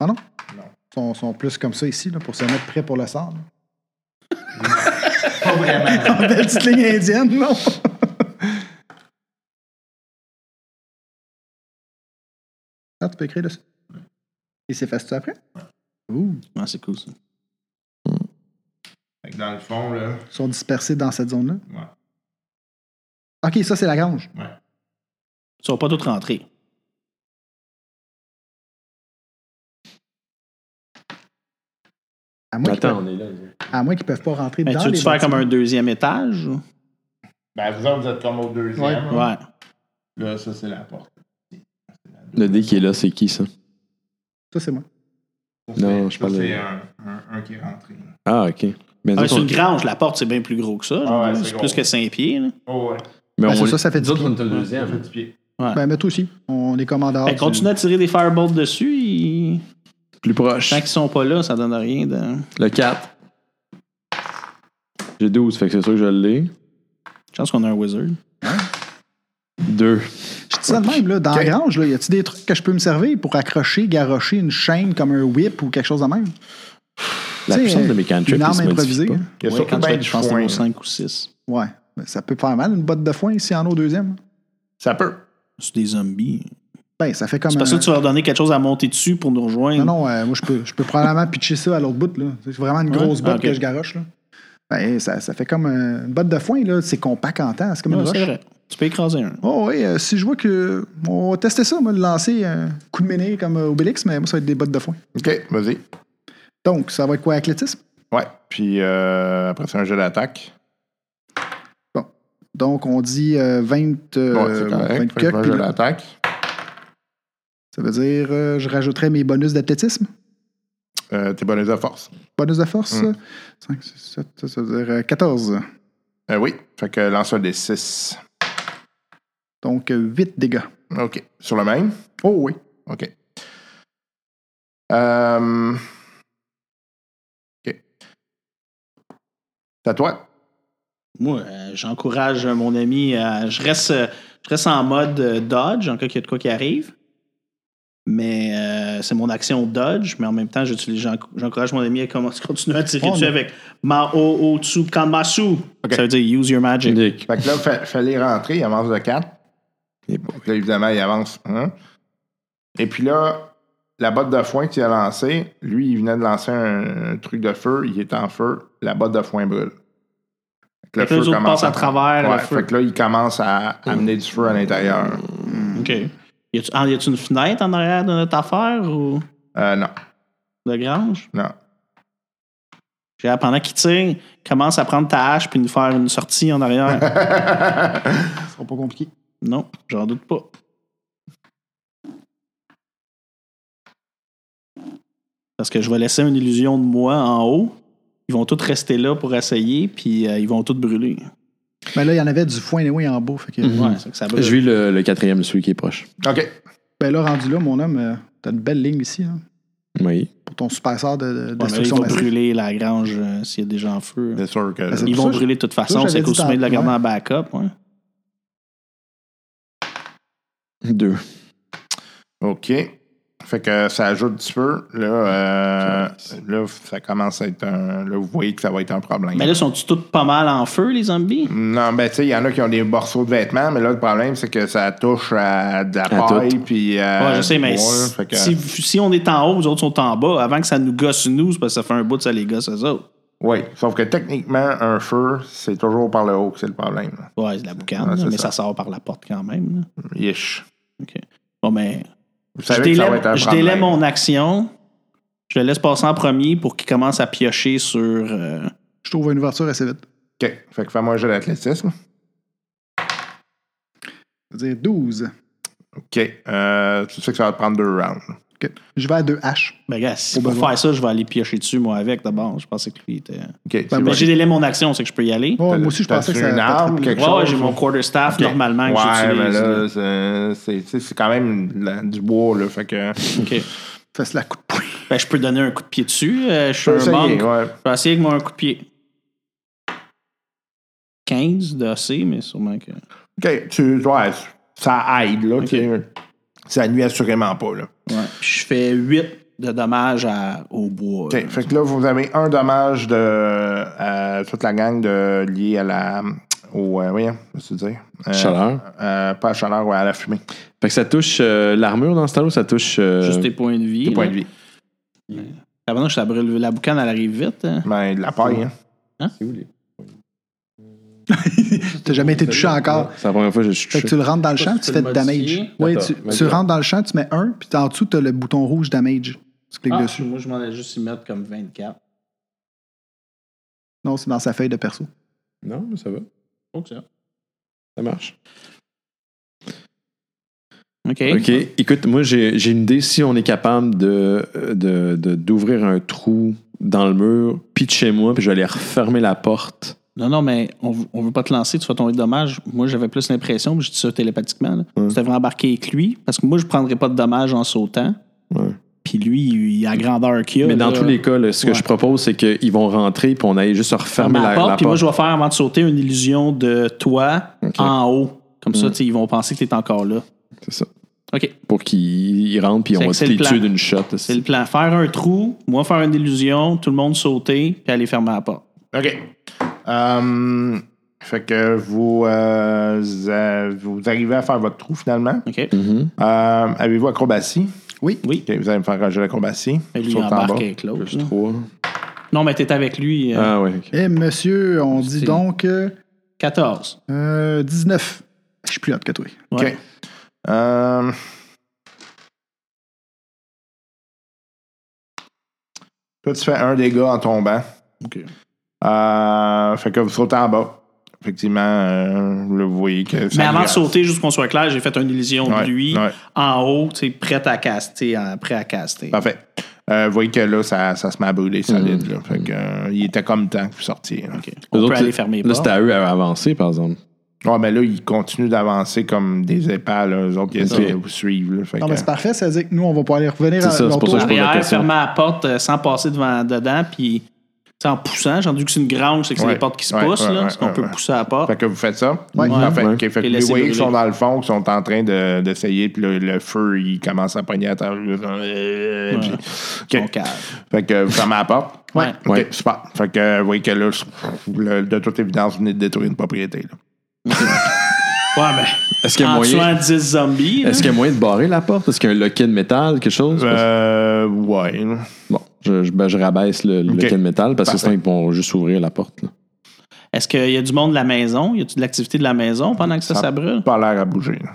Ah non?
Non.
Ils sont, sont plus comme ça ici, là, pour se mettre prêt pour le sort.
Pas vraiment.
là. Belle petite ligne indienne, non? Ah, tu peux écrire dessus. Et s'efface-tu après? Ouh.
Ouais, c'est cool ça.
Fait que dans le fond, là.
Ils sont dispersés dans cette zone-là?
Ouais.
OK, ça, c'est la grange.
Ils sont pas tous rentrés.
À moins qu'ils
Attends,
peuvent,
on est là. nous.
à moins qu'ils peuvent pas rentrer
Mais
dans
tu veux
les
te faire comme
bâtiments.
un deuxième étage? ou?
Ben, vous autres, vous êtes comme au deuxième.
Ouais.
hein.
Ouais. Ah,
Là, ça, c'est la porte.
Le dé qui est là, c'est qui ça?
Ça, c'est moi.
Ça,
Non,
c'est-
je
ça,
parle de-
C'est un, un, un qui est rentré. là.
Ah, ok. Mais,
Ah, mais
nous
c'est
autres,
une grange, la porte, c'est bien plus gros que ça.
Ah ouais,
c'est
c'est
plus
gros.
que 5 pieds. là.
Oh, ouais.
on- mais
Ben,
on
c'est
est-
ça, ça fait
nous
du
autres,
bien.
on est au deuxième.
Petit pied.
Ben, mais toi aussi. On est comme en dehors.
Fait que Ben, continue à tirer des fireballs dessus. ils-
Plus proche.
Tant qu'ils sont pas là, ça donne rien. De...
Le 4. J'ai 12, fait que c'est sûr que je l'ai.
Je pense qu'on a un wizard.
2.
Je dis ça de même, là. Dans la grange, là, y a-tu des trucs que je peux me servir pour accrocher, garrocher une chaîne comme un whip ou quelque chose de même?
La
Tu sais,
puissance de mes cantrips,
Une
ils
arme
se modifient
improvisée.
pas.
hein?
Il y a
Ouais,
surtout
quand tu
bien
fais,
du
je pense, que
foin.
c'est 5 ou 6.
Ouais. Ben, ça peut faire mal, une botte de foin ici en eau deuxième.
Ça peut.
C'est des zombies.
Ben, ça fait comme.
C'est parce
un-
que tu vas leur donner quelque chose à monter dessus pour nous rejoindre.
Non, non, euh, moi, je peux, je peux probablement pitcher ça à l'autre bout, là. C'est vraiment une
Ouais?
grosse botte
Ah, ok.
que je garoche, là. Ben, ça, ça fait comme euh, une botte de foin, là. C'est compact en temps. C'est comme
Ouais,
une
c'est
roche.
vrai. Tu peux écraser un.
Oh oui, euh, si je vois que. On va tester ça, moi, de lancer un coup de ménir comme euh, Obélix, mais moi, ça va être des bottes de foin.
OK, vas-y.
Donc, ça va être quoi, athlétisme?
Ouais. Puis euh, après, c'est un jeu d'attaque.
Donc, on dit euh, 20. euh,
ouais, c'est correct.
24,
Fait que c'est un
puis
jeu
là,
d'attaque.
ça veut dire, euh, je rajouterais mes bonus d'athlétisme.
Euh, T'es bonus de force.
Bonus de force.
Mm.
5, 6, 7, ça, ça veut dire euh, 14.
Euh, oui. Fait que lance un des 6.
Donc, 8 dégâts.
OK. Sur le même.
Oh oui.
OK. Euh... OK. C'est à toi.
Moi, euh, j'encourage euh, mon ami. à- je, reste, euh, je reste en mode euh, dodge en cas qu'il y a de quoi qui arrive. Mais euh, c'est mon action dodge. Mais en même temps, j'utilise- j'enc- j'encourage mon ami à commencer- continuer à tirer
Oh,
dessus
mais-
avec Mao Otsu Kanmasu.
Ok.
Ça veut dire use your magic.
Nick.
Fait que là, fa- fallait rentrer. Il avance de 4.
Il est bon.
Là, évidemment, il avance. hein. Et puis là, la botte de foin qu'il a lancée, lui, il venait de lancer un, un truc de feu, il est en feu, la botte de foin brûle. Que Le
Fait que les autres passent à travers le
Ouais,
feu.
Fait que là, il commence à amener du feu à l'intérieur.
OK. Y a-tu ah, y a-tu une fenêtre en arrière de notre affaire ou
Euh, non,
de grange?
non.
Puis là, pendant qu'il tire, commence à prendre ta hache puis nous faire une sortie en arrière.
Ce sera pas compliqué.
non, j'en doute pas. Parce que je vais laisser une illusion de moi en haut. Ils vont tous rester là pour essayer, puis euh, ils vont tous brûler.
Mais Ben là, il y en avait du foin anyway en bas. Fait que,
Ouais, c'est que ça brûle.
Je vis le, le quatrième, celui qui est proche.
OK.
Ben là, rendu là, mon homme, euh, t'as une belle ligne ici hein,
Oui.
pour ton super sort de, de
Ouais, mais là, ils
destruction
vont
massive.
brûler la grange euh, s'il y a déjà en feu.
C'est sûr que.
Parce que-
Ils
pour
vont
ça,
brûler de toute façon,
j'avais
c'est qu'au
dit
sommet de la
tantôt,
garde en backup. Ouais.
Deux.
OK. Fait que ça ajoute du feu. Là, euh,
Ça
là, ça commence à être un. Là, vous voyez que ça va être un problème.
Mais là, sont-ils tous pas mal en feu, les zombies?
Non, ben tu sais, il y en a qui ont des morceaux de vêtements, mais là, le problème, c'est que ça touche à de la
À
paille, puis à
ouais, je sais,
du
mais
bois,
si,
Euh, fait que-
si- si on est en haut, les autres sont en bas, avant que ça nous gosse nous, c'est parce que ça fait un bout que ça les gosse eux autres.
Oui, sauf que techniquement, un feu, c'est toujours par le haut que c'est le problème. là.
Ouais, c'est de la boucane,
Ouais,
là,
c'est
mais
ça.
ça. sort par la porte quand même. là.
Yesh.
OK. Bon, mais
Vous
je
savez que ça va
délai,
être un
je
problème.
délai mon action. Je le laisse passer en premier pour qu'il commence à piocher sur... euh,
Je trouve une ouverture assez vite.
OK, fait que fais-moi un jeu d'athlétisme.
C'est-à-dire 12.
OK, euh, tu sais que ça va te prendre deux rounds.
Ok. Je vais à 2 H.
Ben, gars, si
Au
pour
besoin.
faire ça, je vais aller piocher dessus, moi, avec, d'abord. Je pensais que lui était...
OK,
Ben,
tu
ben,
vas-
Mais j'ai délai mon action, c'est que je peux y aller.
Oh,
t'as-
moi aussi, je
t'as
pensais que
une
ça
arme,
allait
quelque
Ouais,
chose.
ouais, j'ai mon quarterstaff
OK.
normalement que
Ouais, mais
j'utilise.
là, c'est- c'est tu sais, c'est quand même la- du bois, là, fait que...
OK.
Fais la coup de poing.
Ben, je peux donner un coup de pied dessus. Euh, je suis
Faut
un
essayer,
manque.
ouais.
Je vais essayer avec mon coup de pied. 15 d'AC, mais sûrement que.
OK, tu... Ouais, ça aide, là, tu sais. Ça nuit assurément pas, là.
Ouais. Puis je fais 8 de dommages à- au bois.
OK, fait que là, vous avez un dommage de à toute la gang de, lié à la... Au, euh, voyons, qu'est-ce que tu veux dire? Euh,
Chaleur.
euh, pas à la chaleur, ouais, à la fumée.
Fait que ça touche euh, l'armure dans ce temps-là ou ça touche. euh,
Juste tes points de vie.
Des points
là.
de vie.
Avant, je brûle la boucane, elle arrive vite. hein.
Ben, de la paille, hein.
T'as jamais été touché encore.
Ah. C'est la première fois que je suis
Fait
touché.
que tu le rentres dans le
Je sais
champ,
pas
tu
si
fais
tu
de
peux le
damage.
modifier.
Oui,
Attends,
tu,
mais
tu
bien.
rentres dans le champ, tu mets un, puis en dessous, tu as le bouton rouge damage. Tu cliques
Ah,
dessus.
Moi, je m'en ai juste y mettre comme 24.
Non, c'est dans sa feuille de perso.
Non, mais ça va.
OK.
Ça marche.
OK.
OK. Écoute, moi, j'ai j'ai une idée. Si on est capable de de- de- d'ouvrir un trou dans le mur, pitcher moi, puis je vais aller refermer la porte.
Non, non, mais on, v- on veut pas te lancer, tu vas tomber de dommages. Moi, j'avais plus l'impression, puis je dis ça télépathiquement, là, tu devrais embarquer avec lui, parce que moi, je prendrais pas de dommages en sautant.
Ouais.
Puis lui, il il a la grandeur qu'il a.
Mais dans
là.
tous les cas, là, ce que
Ouais.
je propose, c'est qu'ils vont rentrer, puis on aille juste refermer
fermer
la,
la,
la
porte,
porte.
puis moi, je vais faire avant de sauter une illusion de toi en haut. Comme ça, tu sais, ils vont penser que tu es encore là.
C'est ça.
OK,
Pour qu'ils ils rentrent, puis on
C'est-
va
c'est
les
le plan.
tuer d'une shot. là.
c'est le plan. Faire un trou, moi faire une illusion, tout le monde sauter, puis aller fermer la porte.
OK. Euh, fait que vous, euh, z- euh, vous arrivez à faire votre trou, finalement.
OK?
Euh, Avez-vous acrobatie?
Oui.
Oui.
OK, vous allez me faire un jeu d'acrobatie.
Mais lui, il
Saute en
embarque
bas.
avec l'autre.
Plus
là.
trois.
Non, mais t'es avec lui. euh,
Ah ouais. ok.
Eh, monsieur, on dit donc euh,
14.
euh, 19. Je suis plus hâte que toi.
OK.
Ouais.
Euh, Toi, tu fais un dégât en tombant.
OK.
Euh, fait que vous sautez en bas. Effectivement, euh, là, vous voyez que. ça
Mais avant de
glace.
sauter, juste qu'on soit clair, j'ai fait une illusion
Ouais,
de lui
ouais.
en haut, tu sais, prête à caster. euh, prêt à caster.
Parfait. Euh, vous voyez que là, ça, ça se met à brûler solide. là. Fait que, euh, il était comme temps que vous sortiez. là.
OK. On
Eux
peut
autres,
aller fermer les
Là,
portes.
c'était à eux à avancer, par exemple.
Ouais, mais là, ils continuent d'avancer comme des épais. Là. Eux autres, ils essaient
Ok.
de vous suivre. là. Fait
Non,
que-
mais c'est parfait, ça veut dire que nous, on va pouvoir aller revenir
C'est ça, c'est pour ça que je pose la
Arrière,
question.
fermer la porte euh, sans passer devant, dedans, puis tu sais, en poussant. J'ai entendu que c'est une grange, c'est que c'est
Ouais,
des portes qui se
ouais,
poussent,
ouais,
là,
ouais,
parce qu'on
ouais,
peut
ouais.
pousser à la porte.
Fait que vous faites ça?
Ouais.
Parfait.
Ouais.
Ok, fait que
Et
vous
laissez
voyez qu'ils
brûler.
sont dans le fond, qu'ils sont en train de- d'essayer, puis le, le feu, il commence à pogner à terre. Euh, puis-
Ils
Ok.
sont caves.
Fait que vous fermez la porte.
Ouais.
Ok, super. Fait que euh, vous voyez que là, le- de toute évidence, vous venez de détruire une propriété. là.
Ouais, mais.
Est-ce qu'il y a
en
moyen.
tuant 10 zombies. là.
Est-ce qu'il y a moyen de barrer la porte? Est-ce qu'il y a un loquet de métal, quelque chose? Parce-
Euh, ouais.
Bon, je, je- ben, je rabaisse le, le
Ok.
loquet de métal parce que sinon ils vont juste ouvrir la porte. là.
Est-ce qu'il y a du monde de la maison? Y a-tu de l'activité de la maison pendant que ça, ça,
Ça-
brûle?
Pas l'air à bouger. là.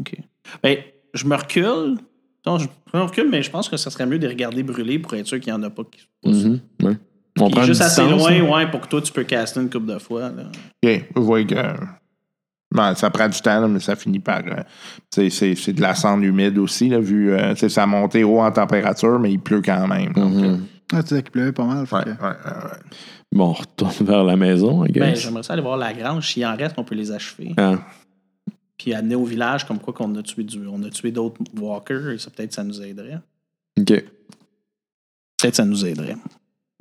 OK. Ben, je me recule. Non, je me recule, mais je pense que ça serait mieux de les regarder brûler pour être sûr qu'il n'y en a pas qui
Mhm, ouais. On
Puis
prend une
Mm-hmm. juste assez
distance, hein?
loin,
là.
ouais, pour que toi, tu peux caster une coupe de fois. là.
OK, vous voyez que. euh, bon, ça prend du temps, là, mais ça finit par. euh, c'est- c'est c'est de la cendre humide aussi, là, vu. euh, tu sais, ça a monté haut en température, mais il pleut quand même. Donc, euh,
Ah, tu disais qu'il pleuvait pas mal. fait
ouais,
que-
ouais, ouais, ouais.
Mhm. Bon, on retourne vers la maison, I
Ben,
guess.
j'aimerais ça aller voir la grange. S'il en reste, on peut les achever.
Ah.
Puis amener au village comme quoi qu'on a tué du, on a tué d'autres walkers. Et ça, peut-être, ça nous aiderait.
OK.
Peut-être, ça nous aiderait.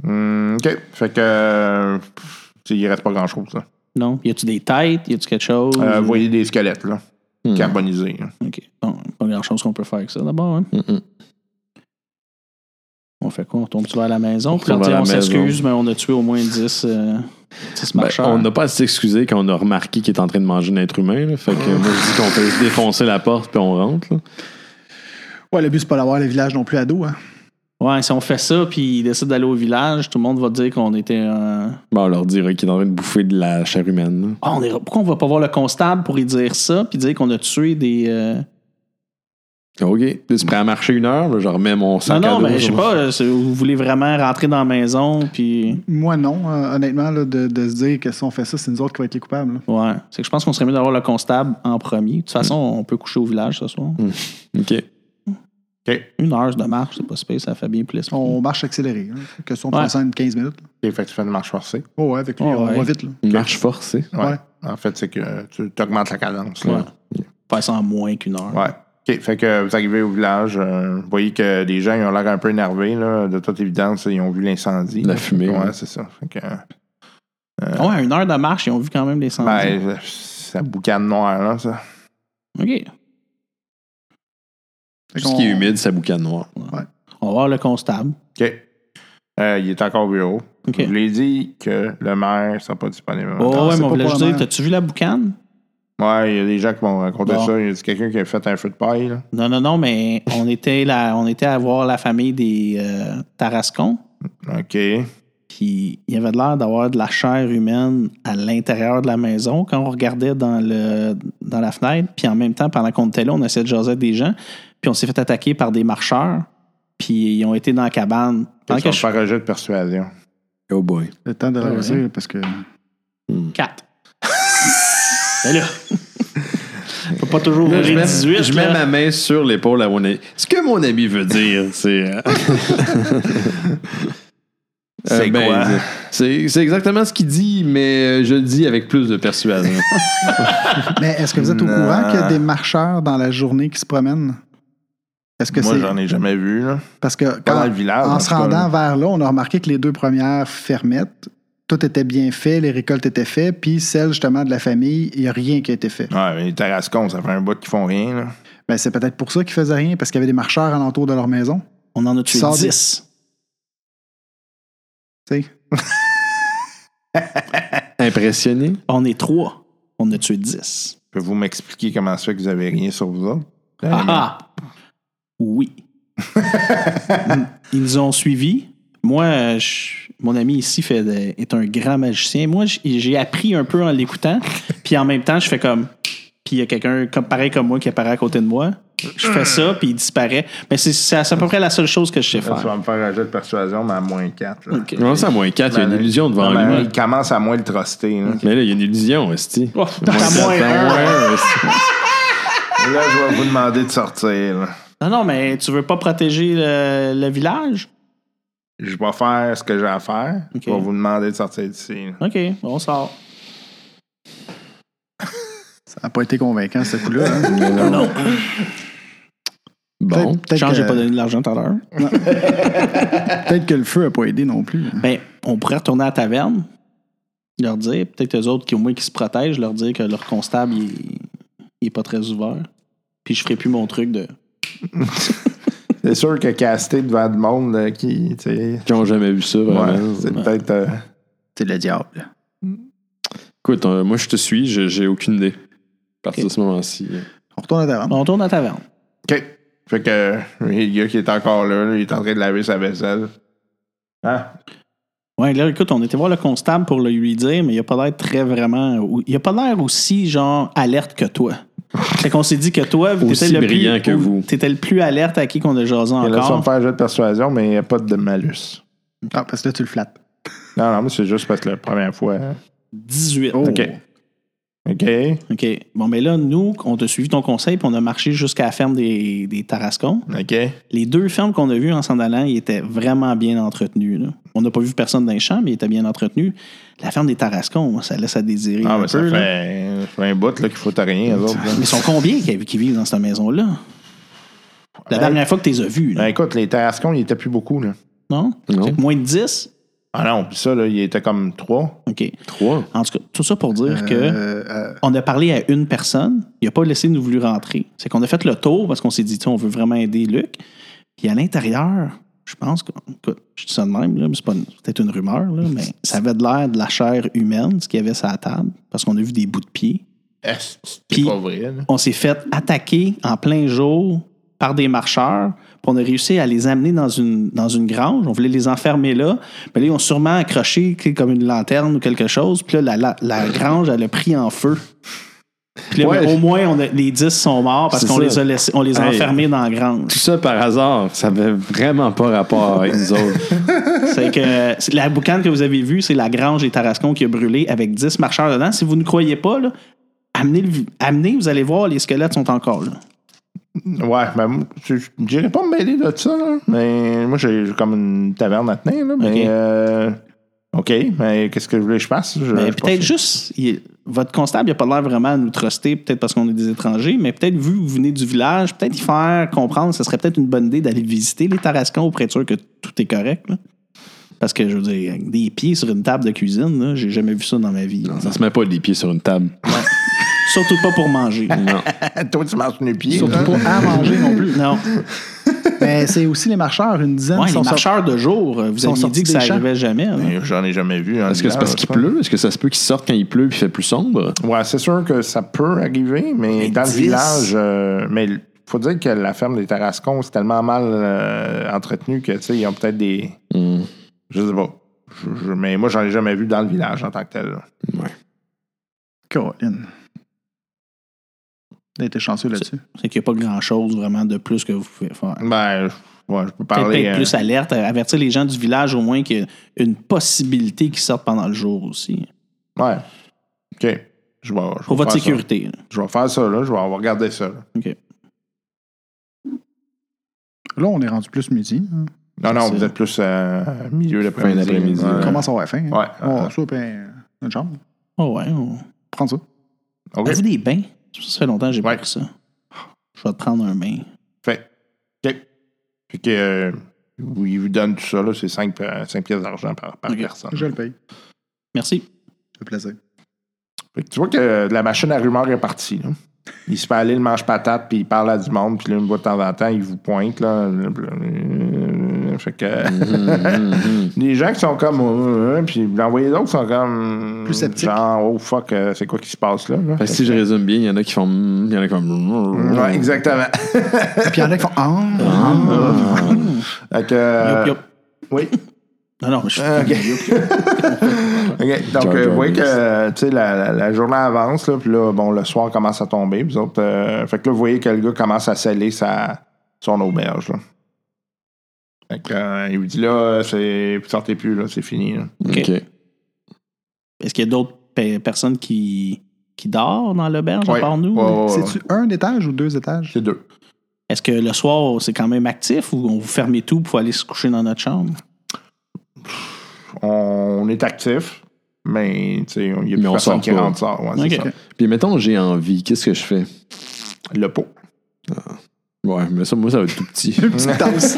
Hum, OK, fait que. euh, pff, tu sais, il reste pas grand-chose, là.
Non? Y a-tu des têtes? Y a-tu quelque chose?
Euh, vous voyez des squelettes, là,
Hmm.
carbonisés. là.
OK. Bon, pas grand-chose qu'on peut faire avec ça, d'abord. hein.
Mhm.
On fait quoi? On tombe-tu vers la maison? Puis
retourne
on dit,
vers la
on
maison.
s'excuse, mais on a tué au moins 10, euh, 10
Ben,
marcheurs.
on n'a pas à s'excuser quand on a remarqué qu'il est en train de manger un être humain. là. Fait que
Ah.
moi, je dis qu'on peut se défoncer la porte puis on rentre. là.
Ouais, le but, c'est pas d'avoir le village non plus à dos. Hein.
Ouais, si on fait ça, puis ils décident d'aller au village, tout le monde va dire qu'on était un...
Ben, on leur dirait qu'il est en train de bouffer de la chair humaine. là.
Ah, on est... Pourquoi on va pas voir le constable pour y dire ça, puis dire qu'on a tué des. euh,
OK. Là, tu es prêt à marcher une heure. là, je remets mon
Non,
sac à
non,
dos,
mais je sais
genre.
pas, euh, c'est- vous voulez vraiment rentrer dans la maison, puis.
Moi, non, euh, honnêtement, là, de, de se dire que si on fait ça, c'est nous autres qui va être les coupables. là.
Ouais. C'est que je pense qu'on serait mieux d'avoir le constable en premier. De toute façon, on peut coucher au village ce soir.
OK.
Une heure de marche, c'est pas space, ça fait bien plus.
On marche accéléré. hein, Que si on
Ouais.
passe une 15 minutes. là.
OK, fait que tu fais une marche forcée.
Oh, ouais, avec lui,
Oh,
on
ouais.
va vite. Là.
Une marche forcée.
Ouais.
Ouais.
En fait, c'est que tu augmentes la cadence.
Ouais.
Là.
Faire ça en moins qu'une heure.
Ouais. OK. Fait que vous arrivez au village, euh, vous voyez que les gens ils ont l'air un peu énervés, là, de toute évidence, ils ont vu l'incendie.
La
là.
fumée,
Ouais,
ouais.
c'est ça. Fait que, ben,
Ouais, une heure de marche, ils ont vu quand même les cendres.
ben, ça boucane noire, là, ça.
OK.
Fait
Tout ce
qu'on-
qui est humide, ça boucane noir.
On va voir le constable.
OK. Euh, il est encore au bureau.
OK.
Je vous l'ai dit que le maire ne sera pas disponible.
Oh,
Attends,
ouais,
Ah, c'est
mais on
pas
voulait
pour
juste
la
dire,
mère.
t'as-tu vu la boucane?
Ouais, il y a des gens qui m'ont raconté
Bon.
ça. Il y a dit quelqu'un qui a fait un feu de paille, là.
Non, non, non, mais on était là, on était à voir la famille des euh, Tarascons.
OK.
Puis il y avait de l'air d'avoir de la chair humaine à l'intérieur de la maison quand on regardait dans, le, dans la fenêtre. Puis en même temps, pendant qu'on était là, on essayait de jaser avec des gens. Puis on s'est fait attaquer par des marcheurs. Puis ils ont été dans la cabane. Pendant
Ils
que
sont
je
par un jet de persuasion.
Oh boy.
Le temps de
Ouais.
réussir, parce que.
Quatre. Mais là, faut pas toujours
Là, je
rouler
mets,
18.
je mets ma
là.
main sur l'épaule à mon ami. Ce que mon ami veut dire, c'est. euh,
C'est
euh, ben,
quoi?
C'est c'est exactement ce qu'il dit, mais euh, je le dis avec plus de persuasion.
Mais est-ce que vous êtes au
Non.
courant qu'il y a des marcheurs dans la journée qui se promènent? Est-ce que
Moi,
c'est.
j'en ai jamais vu, là.
Parce que
Pas
quand-
dans le village.
en
en
se
tout cas, là.
rendant vers là, on a remarqué que les deux premières fermettes, tout était bien fait, les récoltes étaient faites, puis celle justement de la famille, il n'y a rien qui a été fait.
Ouais, mais les Tarascons, ça fait un bout qu'ils font rien, là.
Ben, c'est peut-être pour ça qu'ils faisaient rien, parce qu'il y avait des marcheurs alentour de leur maison.
On en a tué
Sors des-
10.
tu sais.
Impressionné?
On est trois. On a tué 10.
Pouvez-vous m'expliquer comment ça fait que vous avez rien sur vous autres?
Ah ah! Oui. Mm. Ils nous ont suivis. Moi, euh, je- mon ami ici fait de- est un grand magicien. Moi, j- j'ai appris un peu en l'écoutant. Puis en même temps, je fais comme. Puis il y a quelqu'un comme, pareil comme moi qui apparaît à côté de moi. Je fais ça, puis il disparaît. Mais c'est- c'est c'est à peu près la seule chose que je sais
Là, tu
faire.
vas me faire un jet de persuasion, mais à moins 4. Là.
Ok.
Comment ça, à moins 4? Il y a une illusion devant
Non, mais
lui.
il commence à moins le truster. Là.
Mais là, il y a une illusion, Esti.
Oh, t'as moins
quatre,
un.
moins un, esti.
là, je vais vous demander de sortir. là.
Non, non, mais tu veux pas protéger le, le village?
Je vais faire ce que j'ai à faire.
Ok.
Je vais vous demander de sortir d'ici. là.
OK, on sort.
Ça n'a pas été convaincant, ce coup-là. hein.
Bon.
Peut-être- peut-être
Change, j'ai
que-
pas donné de l'argent tout à l'heure.
Peut-être que le feu n'a pas aidé non plus.
Ben, on pourrait retourner à la taverne, leur dire, peut-être eux autres qui au moins qui se protègent, leur dire que leur constable, il est, il est pas très ouvert. Puis je ferai plus mon truc de.
C'est sûr que caster devant le monde là, qui. tu sais,
Qui ont jamais vu ça,
ouais,
vraiment.
c'est peut-être. euh,
C'est le diable.
Écoute, euh, moi, je te suis, je- j'ai aucune idée. À partir de ce moment-ci. euh,
On retourne à la taverne.
On retourne à la taverne.
OK. Fait euh, que le gars qui est encore là, là, il est en train de laver sa vaisselle. Hein?
Ouais, là, écoute, on était voir le constable pour le lui dire, mais il a pas l'air très vraiment. Il a pas l'air aussi, genre, alerte que toi. Fait qu'on s'est dit que toi,
Aussi
t'étais le
brillant
plus,
que vous.
T'étais le plus alerte à qui qu'on a jasé
Et là, ça va me
encore.
faire un jeu de persuasion, mais il n'y a pas de malus.
Ah, parce que là, tu le flattes. Ah.
Non, non, mais c'est juste parce que la première fois.
18.
Oh.
OK. OK.
OK. Bon, mais là, nous, on t'a suivi ton conseil, puis on a marché jusqu'à la ferme des, des Tarascons.
OK.
Les deux fermes qu'on a vues en s'en allant, ils étaient vraiment bien entretenues. là. On n'a pas vu personne dans les champs, mais ils étaient bien entretenus. La ferme des Tarascons, ça laisse à désirer.
Ah,
un
mais ça
peu,
fait,
là.
ça fait un bout là, qu'il faut rien, eux autres. là.
Mais ils sont combien qui, qui vivent dans cette maison-là? La
Ouais.
dernière fois que tu les as vus, là,
Ben, écoute, les Tarascons, ils étaient plus beaucoup, là.
non?
Non.
Fait que Moins de 10?
Ah non, puis ça, là, ils étaient comme trois.
OK.
Trois.
En tout cas, tout ça pour dire que
Euh, euh,
on a parlé à une personne, il n'a pas laissé nous voulu rentrer. C'est qu'on a fait le tour parce qu'on s'est dit, Tiens, on veut vraiment aider Luc. Puis à l'intérieur, je pense que, écoute, je dis ça de même, là, mais c'est pas une- c'est peut-être une rumeur, là, mais ça avait de l'air de la chair humaine, ce qu'il y avait sur la table, parce qu'on a vu des bouts de pied.
Eh, C'est c'est
Puis-
pas vrai, là.
On s'est fait attaquer en plein jour par des marcheurs. Puis on a réussi à les amener dans une, dans une grange. On voulait les enfermer là. Mais là, ils ont sûrement accroché tu sais, comme une lanterne ou quelque chose. Puis là, la, la- la grange, elle a pris en feu. Puis là,
Ouais.
mais au moins, on a- les 10 sont morts parce
C'est
qu'on
ça.
les a, laissés- on les a
Hey.
enfermés dans la grange.
Tout ça par hasard, ça avait vraiment pas rapport avec nous autres.
C'est que c'est- la boucane que vous avez vue, c'est la grange des Tarascons qui a brûlé avec 10 marcheurs dedans. Si vous ne croyez pas, là, amenez, le- amenez, vous allez voir, les squelettes sont encore là.
Ouais, ben, moi, je je- j'irais pas me mêler de ça, là. Mais moi, j'ai j'ai comme une taverne à tenir, là. Mais,
OK.
euh, OK, mais qu'est-ce que je voulais que je fasse? Je-
Mais
je
peut-être
pense-
juste, il- votre constable, il n'a pas l'air vraiment à nous truster, peut-être parce qu'on est des étrangers, mais peut-être vu que vous venez du village, peut-être y faire comprendre, ce serait peut-être une bonne idée d'aller visiter les Tarascons auprès de sûr que tout est correct. là. Parce que, je veux dire, des pieds sur une table de cuisine, là, j'ai jamais vu ça dans ma vie.
Ça se met pas les pieds sur une table.
Surtout pas pour manger.
Non.
Toi, tu marches une pied.
surtout pas à manger non plus.
Non.
Mais c'est aussi les marcheurs, une dizaine
Ouais,
qui
les
sont sortis.
marcheurs de jour, euh, vous
sont
avez dit
sortis
que ça
des champs.
n'arrivait jamais. là.
J'en ai jamais vu. en
Est-ce que c'est parce
hiver,
qu'il
ça.
pleut? Est-ce que ça se peut qu'ils sortent quand il pleut puis il fait plus sombre?
Ouais, c'est sûr que ça peut arriver, mais dans le
10.
village, euh, mais il faut dire que la ferme des Tarascons, c'est tellement mal euh, entretenu que, tu sais, ils ont peut-être des.
Hmm.
Je sais pas. Je- je- mais moi, j'en ai jamais vu dans le village en tant que tel. là.
Colin. T'as été chanceux là-dessus.
C'est qu'il n'y a pas grand-chose vraiment de plus que vous pouvez faire.
Ben, je- ouais, je peux
Peut-être
parler.
être
euh,
plus alerte, avertir les gens du village au moins qu'il y a une possibilité qu'ils sortent pendant le jour aussi.
ouais. OK. Je vais, je vais
Pour votre
faire ça.
sécurité. là.
Je vais faire ça, là. Je vais regarder ça. là.
Là, on est rendu plus midi. hein.
Non, non,
C'est-
vous êtes plus euh, milieu d'après-midi.
Fin d'après-midi.
Ouais.
On commence à avoir faim. hein.
Ouais.
On va soupe et une chambre.
Oh ouais. On...
Prends ça.
OK.
Avez-vous des bains? Ça fait longtemps que j'ai
Ouais.
pas pris ça. Je vais te prendre un bain.
Fait. OK. Fait que. euh, oui, il vous donne tout ça, là. C'est 5, pièces d'argent par, par
Ok.
personne.
Je le paye.
Merci.
Ça fait plaisir.
Fait que tu vois que euh, la machine à rumeurs est partie, là. Il se fait aller le manche-patate, puis il parle à du monde, puis là, une fois de temps en temps, il vous pointe, là. Euh, Fait que.
Mhm. Hmm,
Les gens qui sont comme. euh, euh, puis vous envoyez d'autres qui sont comme.
Plus sceptiques.
Genre, oh fuck, euh, c'est quoi qui se passe là? là?
Fait que si je résume bien, il y en a qui font. hmm, Il y en a qui font.
Ouais, exactement.
Puis il y en a qui font. Ah,
Fait que, euh,
Yup, yup.
Oui. Euh.
Non, non, je
OK. OK, Donc,
Jar
euh,
Jar
vous voyez que
Binks.
euh, tu sais, la, la- la journée avance, là, puis là, bon, le soir commence à tomber. Vous autres, euh, fait que là, vous voyez que le gars commence à sceller sa, son auberge. Là. Fait que, euh, il vous dit là, c'est, vous sortez plus, là, c'est fini. là.
Ok.
Est-ce qu'il y a d'autres pe- personnes qui, qui dorment dans l'auberge, à
Ouais.
part nous?
Ouais, ouais, ouais.
C'est-tu un étage ou deux étages?
C'est deux.
Est-ce que le soir, c'est quand même actif ou on vous fermez tout pour aller se coucher dans notre chambre?
On est actif, mais tu sais, il n'y a plus
Mais on
personne
sort
qui
pas.
rentre sort. Ouais, Ah, c'est
Ok.
ça.
Puis mettons, j'ai envie. Qu'est-ce que je fais? Ah.
Le pot.
Ouais, mais ça, moi, ça va être tout petit.
Petite tasse.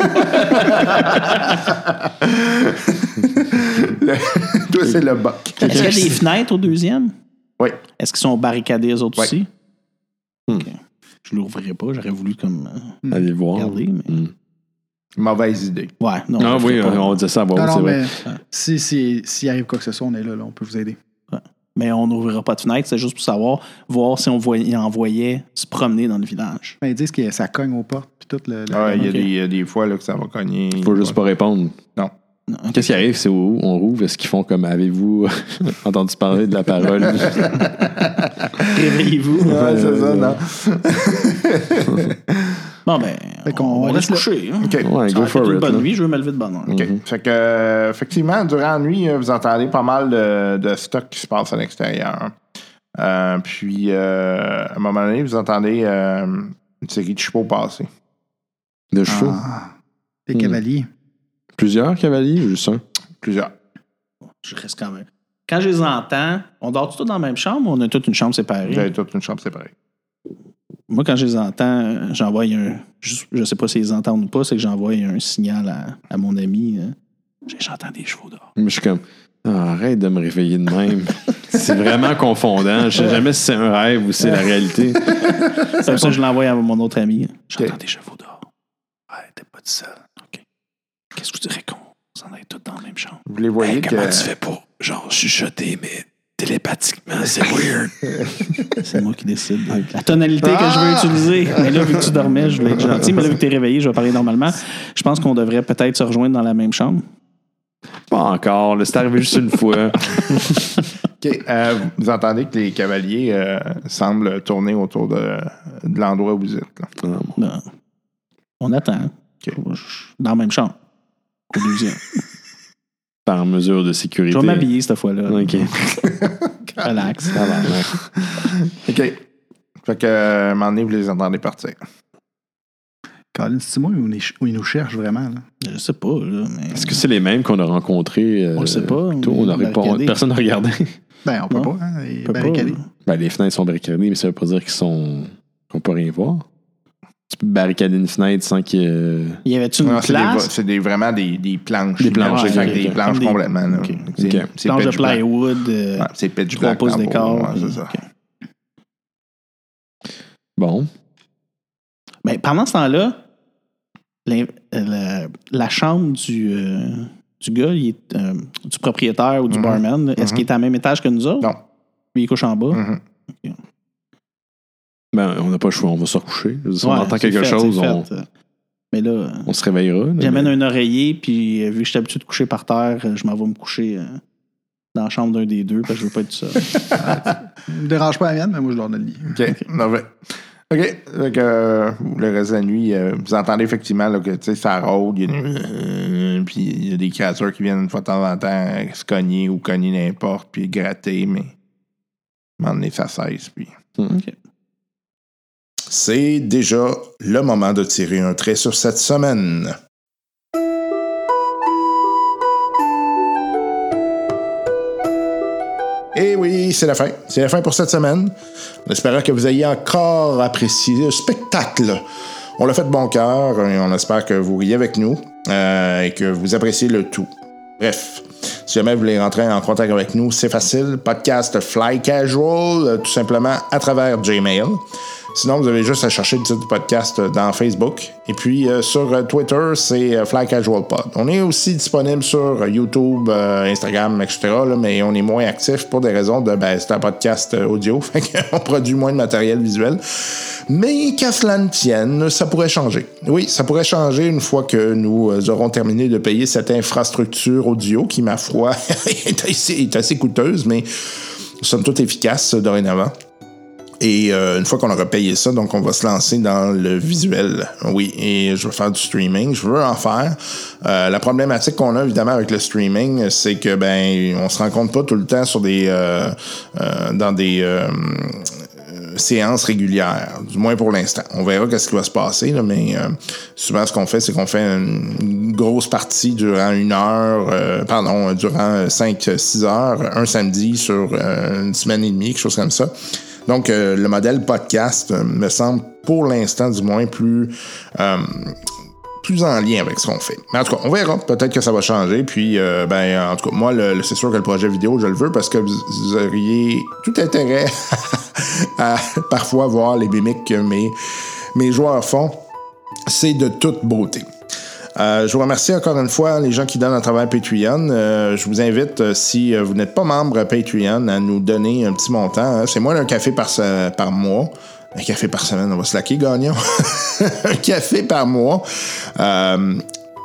Le- Toi, c'est le bac.
Est-ce qu'il y a des fenêtres au deuxième?
Oui.
Est-ce qu'ils sont barricadés, les autres
Ouais.
aussi?
Hmm.
Ok. Je l'ouvrirai pas, j'aurais voulu comme euh,
Allez voir.
regarder, mais.
Hmm.
Mauvaise idée.
Ouais, non.
Ah
je
oui,
le ferai pas.
on disait ça à voix
Non,
haute,
non,
c'est vrai.
mais si- si- s'il arrive quoi que ce soit, on est là, là, on peut vous aider.
Mais on n'ouvrira pas de fenêtre, c'est juste pour savoir, voir si on voyait, on voyait se promener dans le village.
Mais ils disent que ça cogne aux portes, puis tout le. le-
Ouais, Il y a
Ok.
des- il y a des fois là, que ça va cogner.
Faut juste pas répondre.
Non, ok.
Qu'est-ce qui arrive, c'est où on rouvre? Est-ce qu'ils font comme avez-vous entendu parler de la parole?
Réveillez-vous.
Ah, c'est ça, non.
Bon, ben,
Fait qu'on
on, va aller
reste
se coucher. hein.
OK.
ouais,
Ça
go
va
for
être une
it.
bonne
là. Mm.
nuit, je veux me lever de bonne heure.
OK. Fait que, euh, effectivement, durant la nuit, euh, vous entendez pas mal de, de stock qui se passe à l'extérieur. Euh, puis, euh, à un moment donné, vous entendez euh, une série de chevaux passer.
De chevaux?
Ah, des
Hmm.
cavaliers.
Plusieurs cavaliers ou juste un?
Plusieurs.
Je reste quand même. Quand je les entends, on dort tous dans la même chambre ou on a toute une chambre séparée?
Vous
Ben,
avez toute une chambre séparée.
Moi, quand je les entends, euh, j'envoie un. Je, je sais pas s'ils les entendent ou pas, c'est que j'envoie un signal à, à mon ami. hein. J'ai- J'entends des chevaux dehors.
Moi, je suis comme Ah, arrête de me réveiller de même. c'est vraiment confondant. Je sais jamais si c'est un rêve ou si c'est la réalité.
C'est pour ça que je l'envoie à mon autre ami. hein. J'entends des chevaux dehors. Ouais, t'es pas tout seul. OK. Qu'est-ce que tu dirais qu'on s'en aille tous dans la même chambre?
Vous les voyez que.
pour, genre, chuchoter, mais télépathiquement, c'est weird.
C'est moi qui décide de la tonalité que je veux
Ah!
utiliser. Mais là, vu que tu dormais, je voulais être gentil. Mais là, vu que t'es réveillé, je vais parler normalement. Je pense qu'on devrait peut-être se rejoindre dans la même chambre.
Pas encore. là, C'est arrivé juste une fois.
OK. Euh, vous entendez que les cavaliers euh, semblent tourner autour de, de l'endroit où vous êtes. là.
Ben, on attend.
OK.
Dans la même chambre. Au deuxième.
Par mesure de sécurité.
Je vais m'habiller cette fois-là.
OK.
Relax.
OK. Fait que, euh, à un moment donné, vous les entendez partir.
Colin, c'est moi où, on est- où ils nous cherchent vraiment. Là.
Je sais pas, là, mais.
Est-ce que c'est les mêmes qu'on a rencontrés? euh,
On le sait pas,
plus tôt?
on
on
l'a
a pas,
regardé.
personne n'a regardé.
Ben, on peut
Non.
pas. Hein, ils
peut pas,
barricadés.
hein.
Ben, les fenêtres sont barricadées, mais ça veut pas dire qu'ils sont qu'on peut rien voir. Tu peux barricader une fenêtre sans euh, qu'il y ait-
Y avait-tu une
Non, c'est des vo-
place?
c'est des- vraiment des, des planches.
Des planches,
Fait que
ok,
des
ok.
planches
Comme des-
complètement. là.
ok.
C'est
Ok.
c'est
Planche de
pitch black.
plywood, euh,
Ouais, c'est pitch
trois
black.
pouces
dans le
d'écart.
bois, ouais,
puis-
c'est ça.
OK.
Bon.
Mais Ben, pendant ce temps-là, l'in- la, la chambre du, euh, du gars, il est, euh, du propriétaire ou du
Mhm.
barman, là, est-ce qu'il est à même étage que nous autres?
Non.
Puis il couche en bas.
Mhm.
Ben, on n'a pas le choix, on va se recoucher. Je veux dire, Si
Ouais,
on entend
c'est
quelque
fait,
chose,
c'est
on,
fait. Mais là, euh,
on se réveillera. là,
j'amène
mais-
un oreiller, puis euh, vu que je suis habitué de coucher par terre, euh, je m'en vais me coucher euh, dans la chambre d'un des deux, parce que je veux pas être tout seul.
Ils me dérangent pas la mienne, mais moi, je dors dans le lit.
OK. Non, mais- OK. Fait que, euh, le reste de la nuit, euh, vous entendez effectivement là, que tu sais, ça rôde. il y a des- euh, puis il y a des créatures qui viennent une fois de temps en temps euh, se cogner ou cogner n'importe, puis gratter, mais à un moment donné, ça cesse. Puis...
C'est déjà le moment de tirer un trait sur cette semaine. Et Eh oui, c'est la fin. C'est la fin pour cette semaine. En espérant que vous ayez encore apprécié le spectacle. On l'a fait de bon cœur et on espère que vous riez avec nous euh, et que vous appréciez le tout. Bref, si jamais vous voulez rentrer en contact avec nous, c'est facile. Podcast Fly Casual, euh, tout simplement à travers Gmail. Sinon, vous avez juste à chercher le titre du podcast euh, dans Facebook. Et puis euh, sur euh, Twitter, c'est euh, Fly Casual Pod. On est aussi disponible sur euh, YouTube, euh, Instagram, etc. là, mais on est moins actif pour des raisons de ben, c'est un podcast euh, audio, fait qu'on produit moins de matériel visuel. Mais qu'à cela ne tienne, ça pourrait changer. Oui, ça pourrait changer une fois que nous euh, aurons terminé de payer cette infrastructure audio qui, ma foi, est assez, est assez coûteuse, mais nous sommes tous efficaces euh, dorénavant. Et euh, une fois qu'on aura payé ça, donc on va se lancer dans le visuel. Oui, et je veux faire du streaming, je veux en faire. Euh, la problématique qu'on a évidemment avec le streaming, c'est que ben on se rencontre pas tout le temps sur des euh, euh, dans des euh, euh, séances régulières, du moins pour l'instant. On verra qu'est-ce qui va se passer, là, mais euh, souvent ce qu'on fait, c'est qu'on fait une, une grosse partie durant une heure, euh, pardon, durant 5-6 heures, un samedi sur euh, une semaine et demie, quelque chose comme ça. Donc, euh, le modèle podcast euh, me semble pour l'instant, du moins, plus, euh, plus en lien avec ce qu'on fait. Mais en tout cas, on verra. Peut-être que ça va changer. Puis, euh, ben, en tout cas, moi, le- le- c'est sûr que le projet vidéo, je le veux parce que vous, vous auriez tout intérêt à parfois voir les mimiques que mes, mes joueurs font. C'est de toute beauté. Euh, je vous remercie encore une fois les gens qui donnent à travers Patreon. Euh, je vous invite, euh, si euh, vous n'êtes pas membre à Patreon, à nous donner un petit montant. hein. C'est moins d'un café par, se- par mois. Un café par semaine, on va se laquer, gagnant. un café par mois. Euh,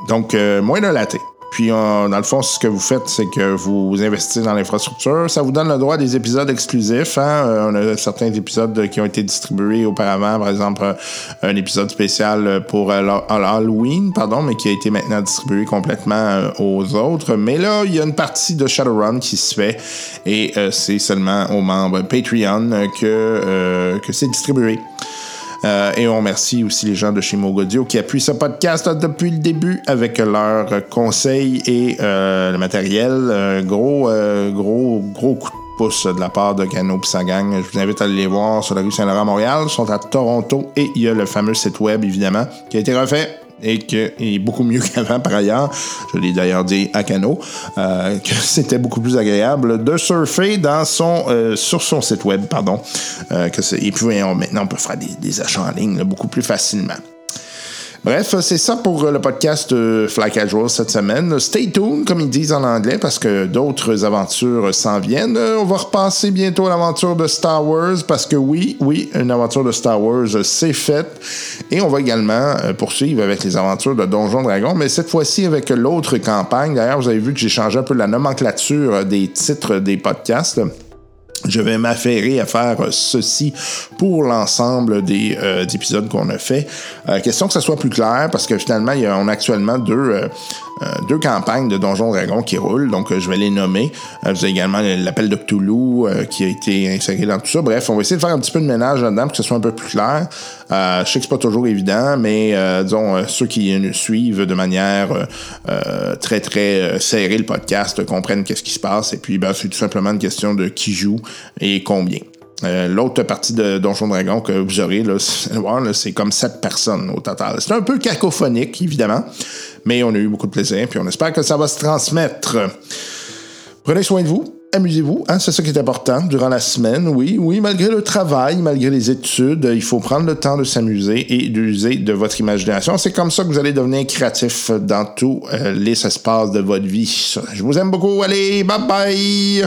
donc, euh, moins d'un latte.
Puis, on- dans le fond, ce que vous faites, c'est que vous investissez dans l'infrastructure. Ça vous donne le droit à des épisodes exclusifs. hein. Euh, on a certains épisodes qui ont été distribués auparavant. Par exemple, euh, un épisode spécial pour euh, l'Ha- Halloween, pardon, mais qui a été maintenant distribué complètement euh, aux autres. Mais là, il y a une partie de Shadowrun qui se fait et euh, c'est seulement aux membres Patreon euh, que, euh, que c'est distribué. Euh, et on remercie aussi les gens de chez Mogodio qui appuient ce podcast depuis le début avec leurs euh, conseils et euh, le matériel. Un gros, euh, gros, gros coup de pouce de la part de Cano et sa gang. Je vous invite à aller les voir sur la rue Saint-Laurent à Montréal. Ils sont à Toronto et il y a le fameux site web, évidemment, qui a été refait et que est beaucoup mieux qu'avant par ailleurs. Je l'ai d'ailleurs dit à Cano euh, que c'était beaucoup plus agréable de surfer dans son euh, sur son site web, pardon. Euh, que c'est- et puis voyons, maintenant on peut faire des, des achats en ligne là, beaucoup plus facilement. Bref, c'est ça pour euh, le podcast euh, Fly Casual cette semaine. Stay tuned, comme ils disent en anglais, parce que d'autres aventures euh, s'en viennent. Euh, On va repasser bientôt à l'aventure de Star Wars, parce que oui, oui, une aventure de Star Wars, euh, c'est faite. Et on va également euh, poursuivre avec les aventures de Donjon Dragon, mais cette fois-ci avec l'autre campagne. D'ailleurs, vous avez vu que j'ai changé un peu la nomenclature euh, des titres des podcasts. Je vais m'affairer à faire euh, ceci pour l'ensemble des euh, des épisodes qu'on a fait. Euh, question que ça soit plus clair, parce que finalement, il y a, on a actuellement deux, euh, euh, deux campagnes de Donjon Dragon qui roulent, donc euh, je vais les nommer. Euh, vous avez également l'appel de Cthulhu euh, qui a été inséré dans tout ça. Bref, on va essayer de faire un petit peu de ménage là-dedans pour que ce soit un peu plus clair. Euh, je sais que c'est pas toujours évident, mais euh, disons, euh, ceux qui nous suivent de manière euh, euh, très, très euh, serrée le podcast euh, comprennent qu'est-ce qui se passe. Et puis, ben, c'est tout simplement une question de qui joue et combien. Euh, L'autre partie de Donjon Dragon que euh, vous aurez, là, c'est voir, là, c'est comme sept personnes au total. C'est un peu cacophonique, évidemment, mais on a eu beaucoup de plaisir, puis on espère que ça va se transmettre. Prenez soin de vous. Amusez-vous, hein, c'est ça qui est important durant la semaine. Oui, oui, malgré le travail, malgré les études, il faut prendre le temps de s'amuser et d'user de votre imagination. C'est comme ça que vous allez devenir créatif dans tous euh, les espaces de votre vie. Je vous aime beaucoup. Allez, bye bye.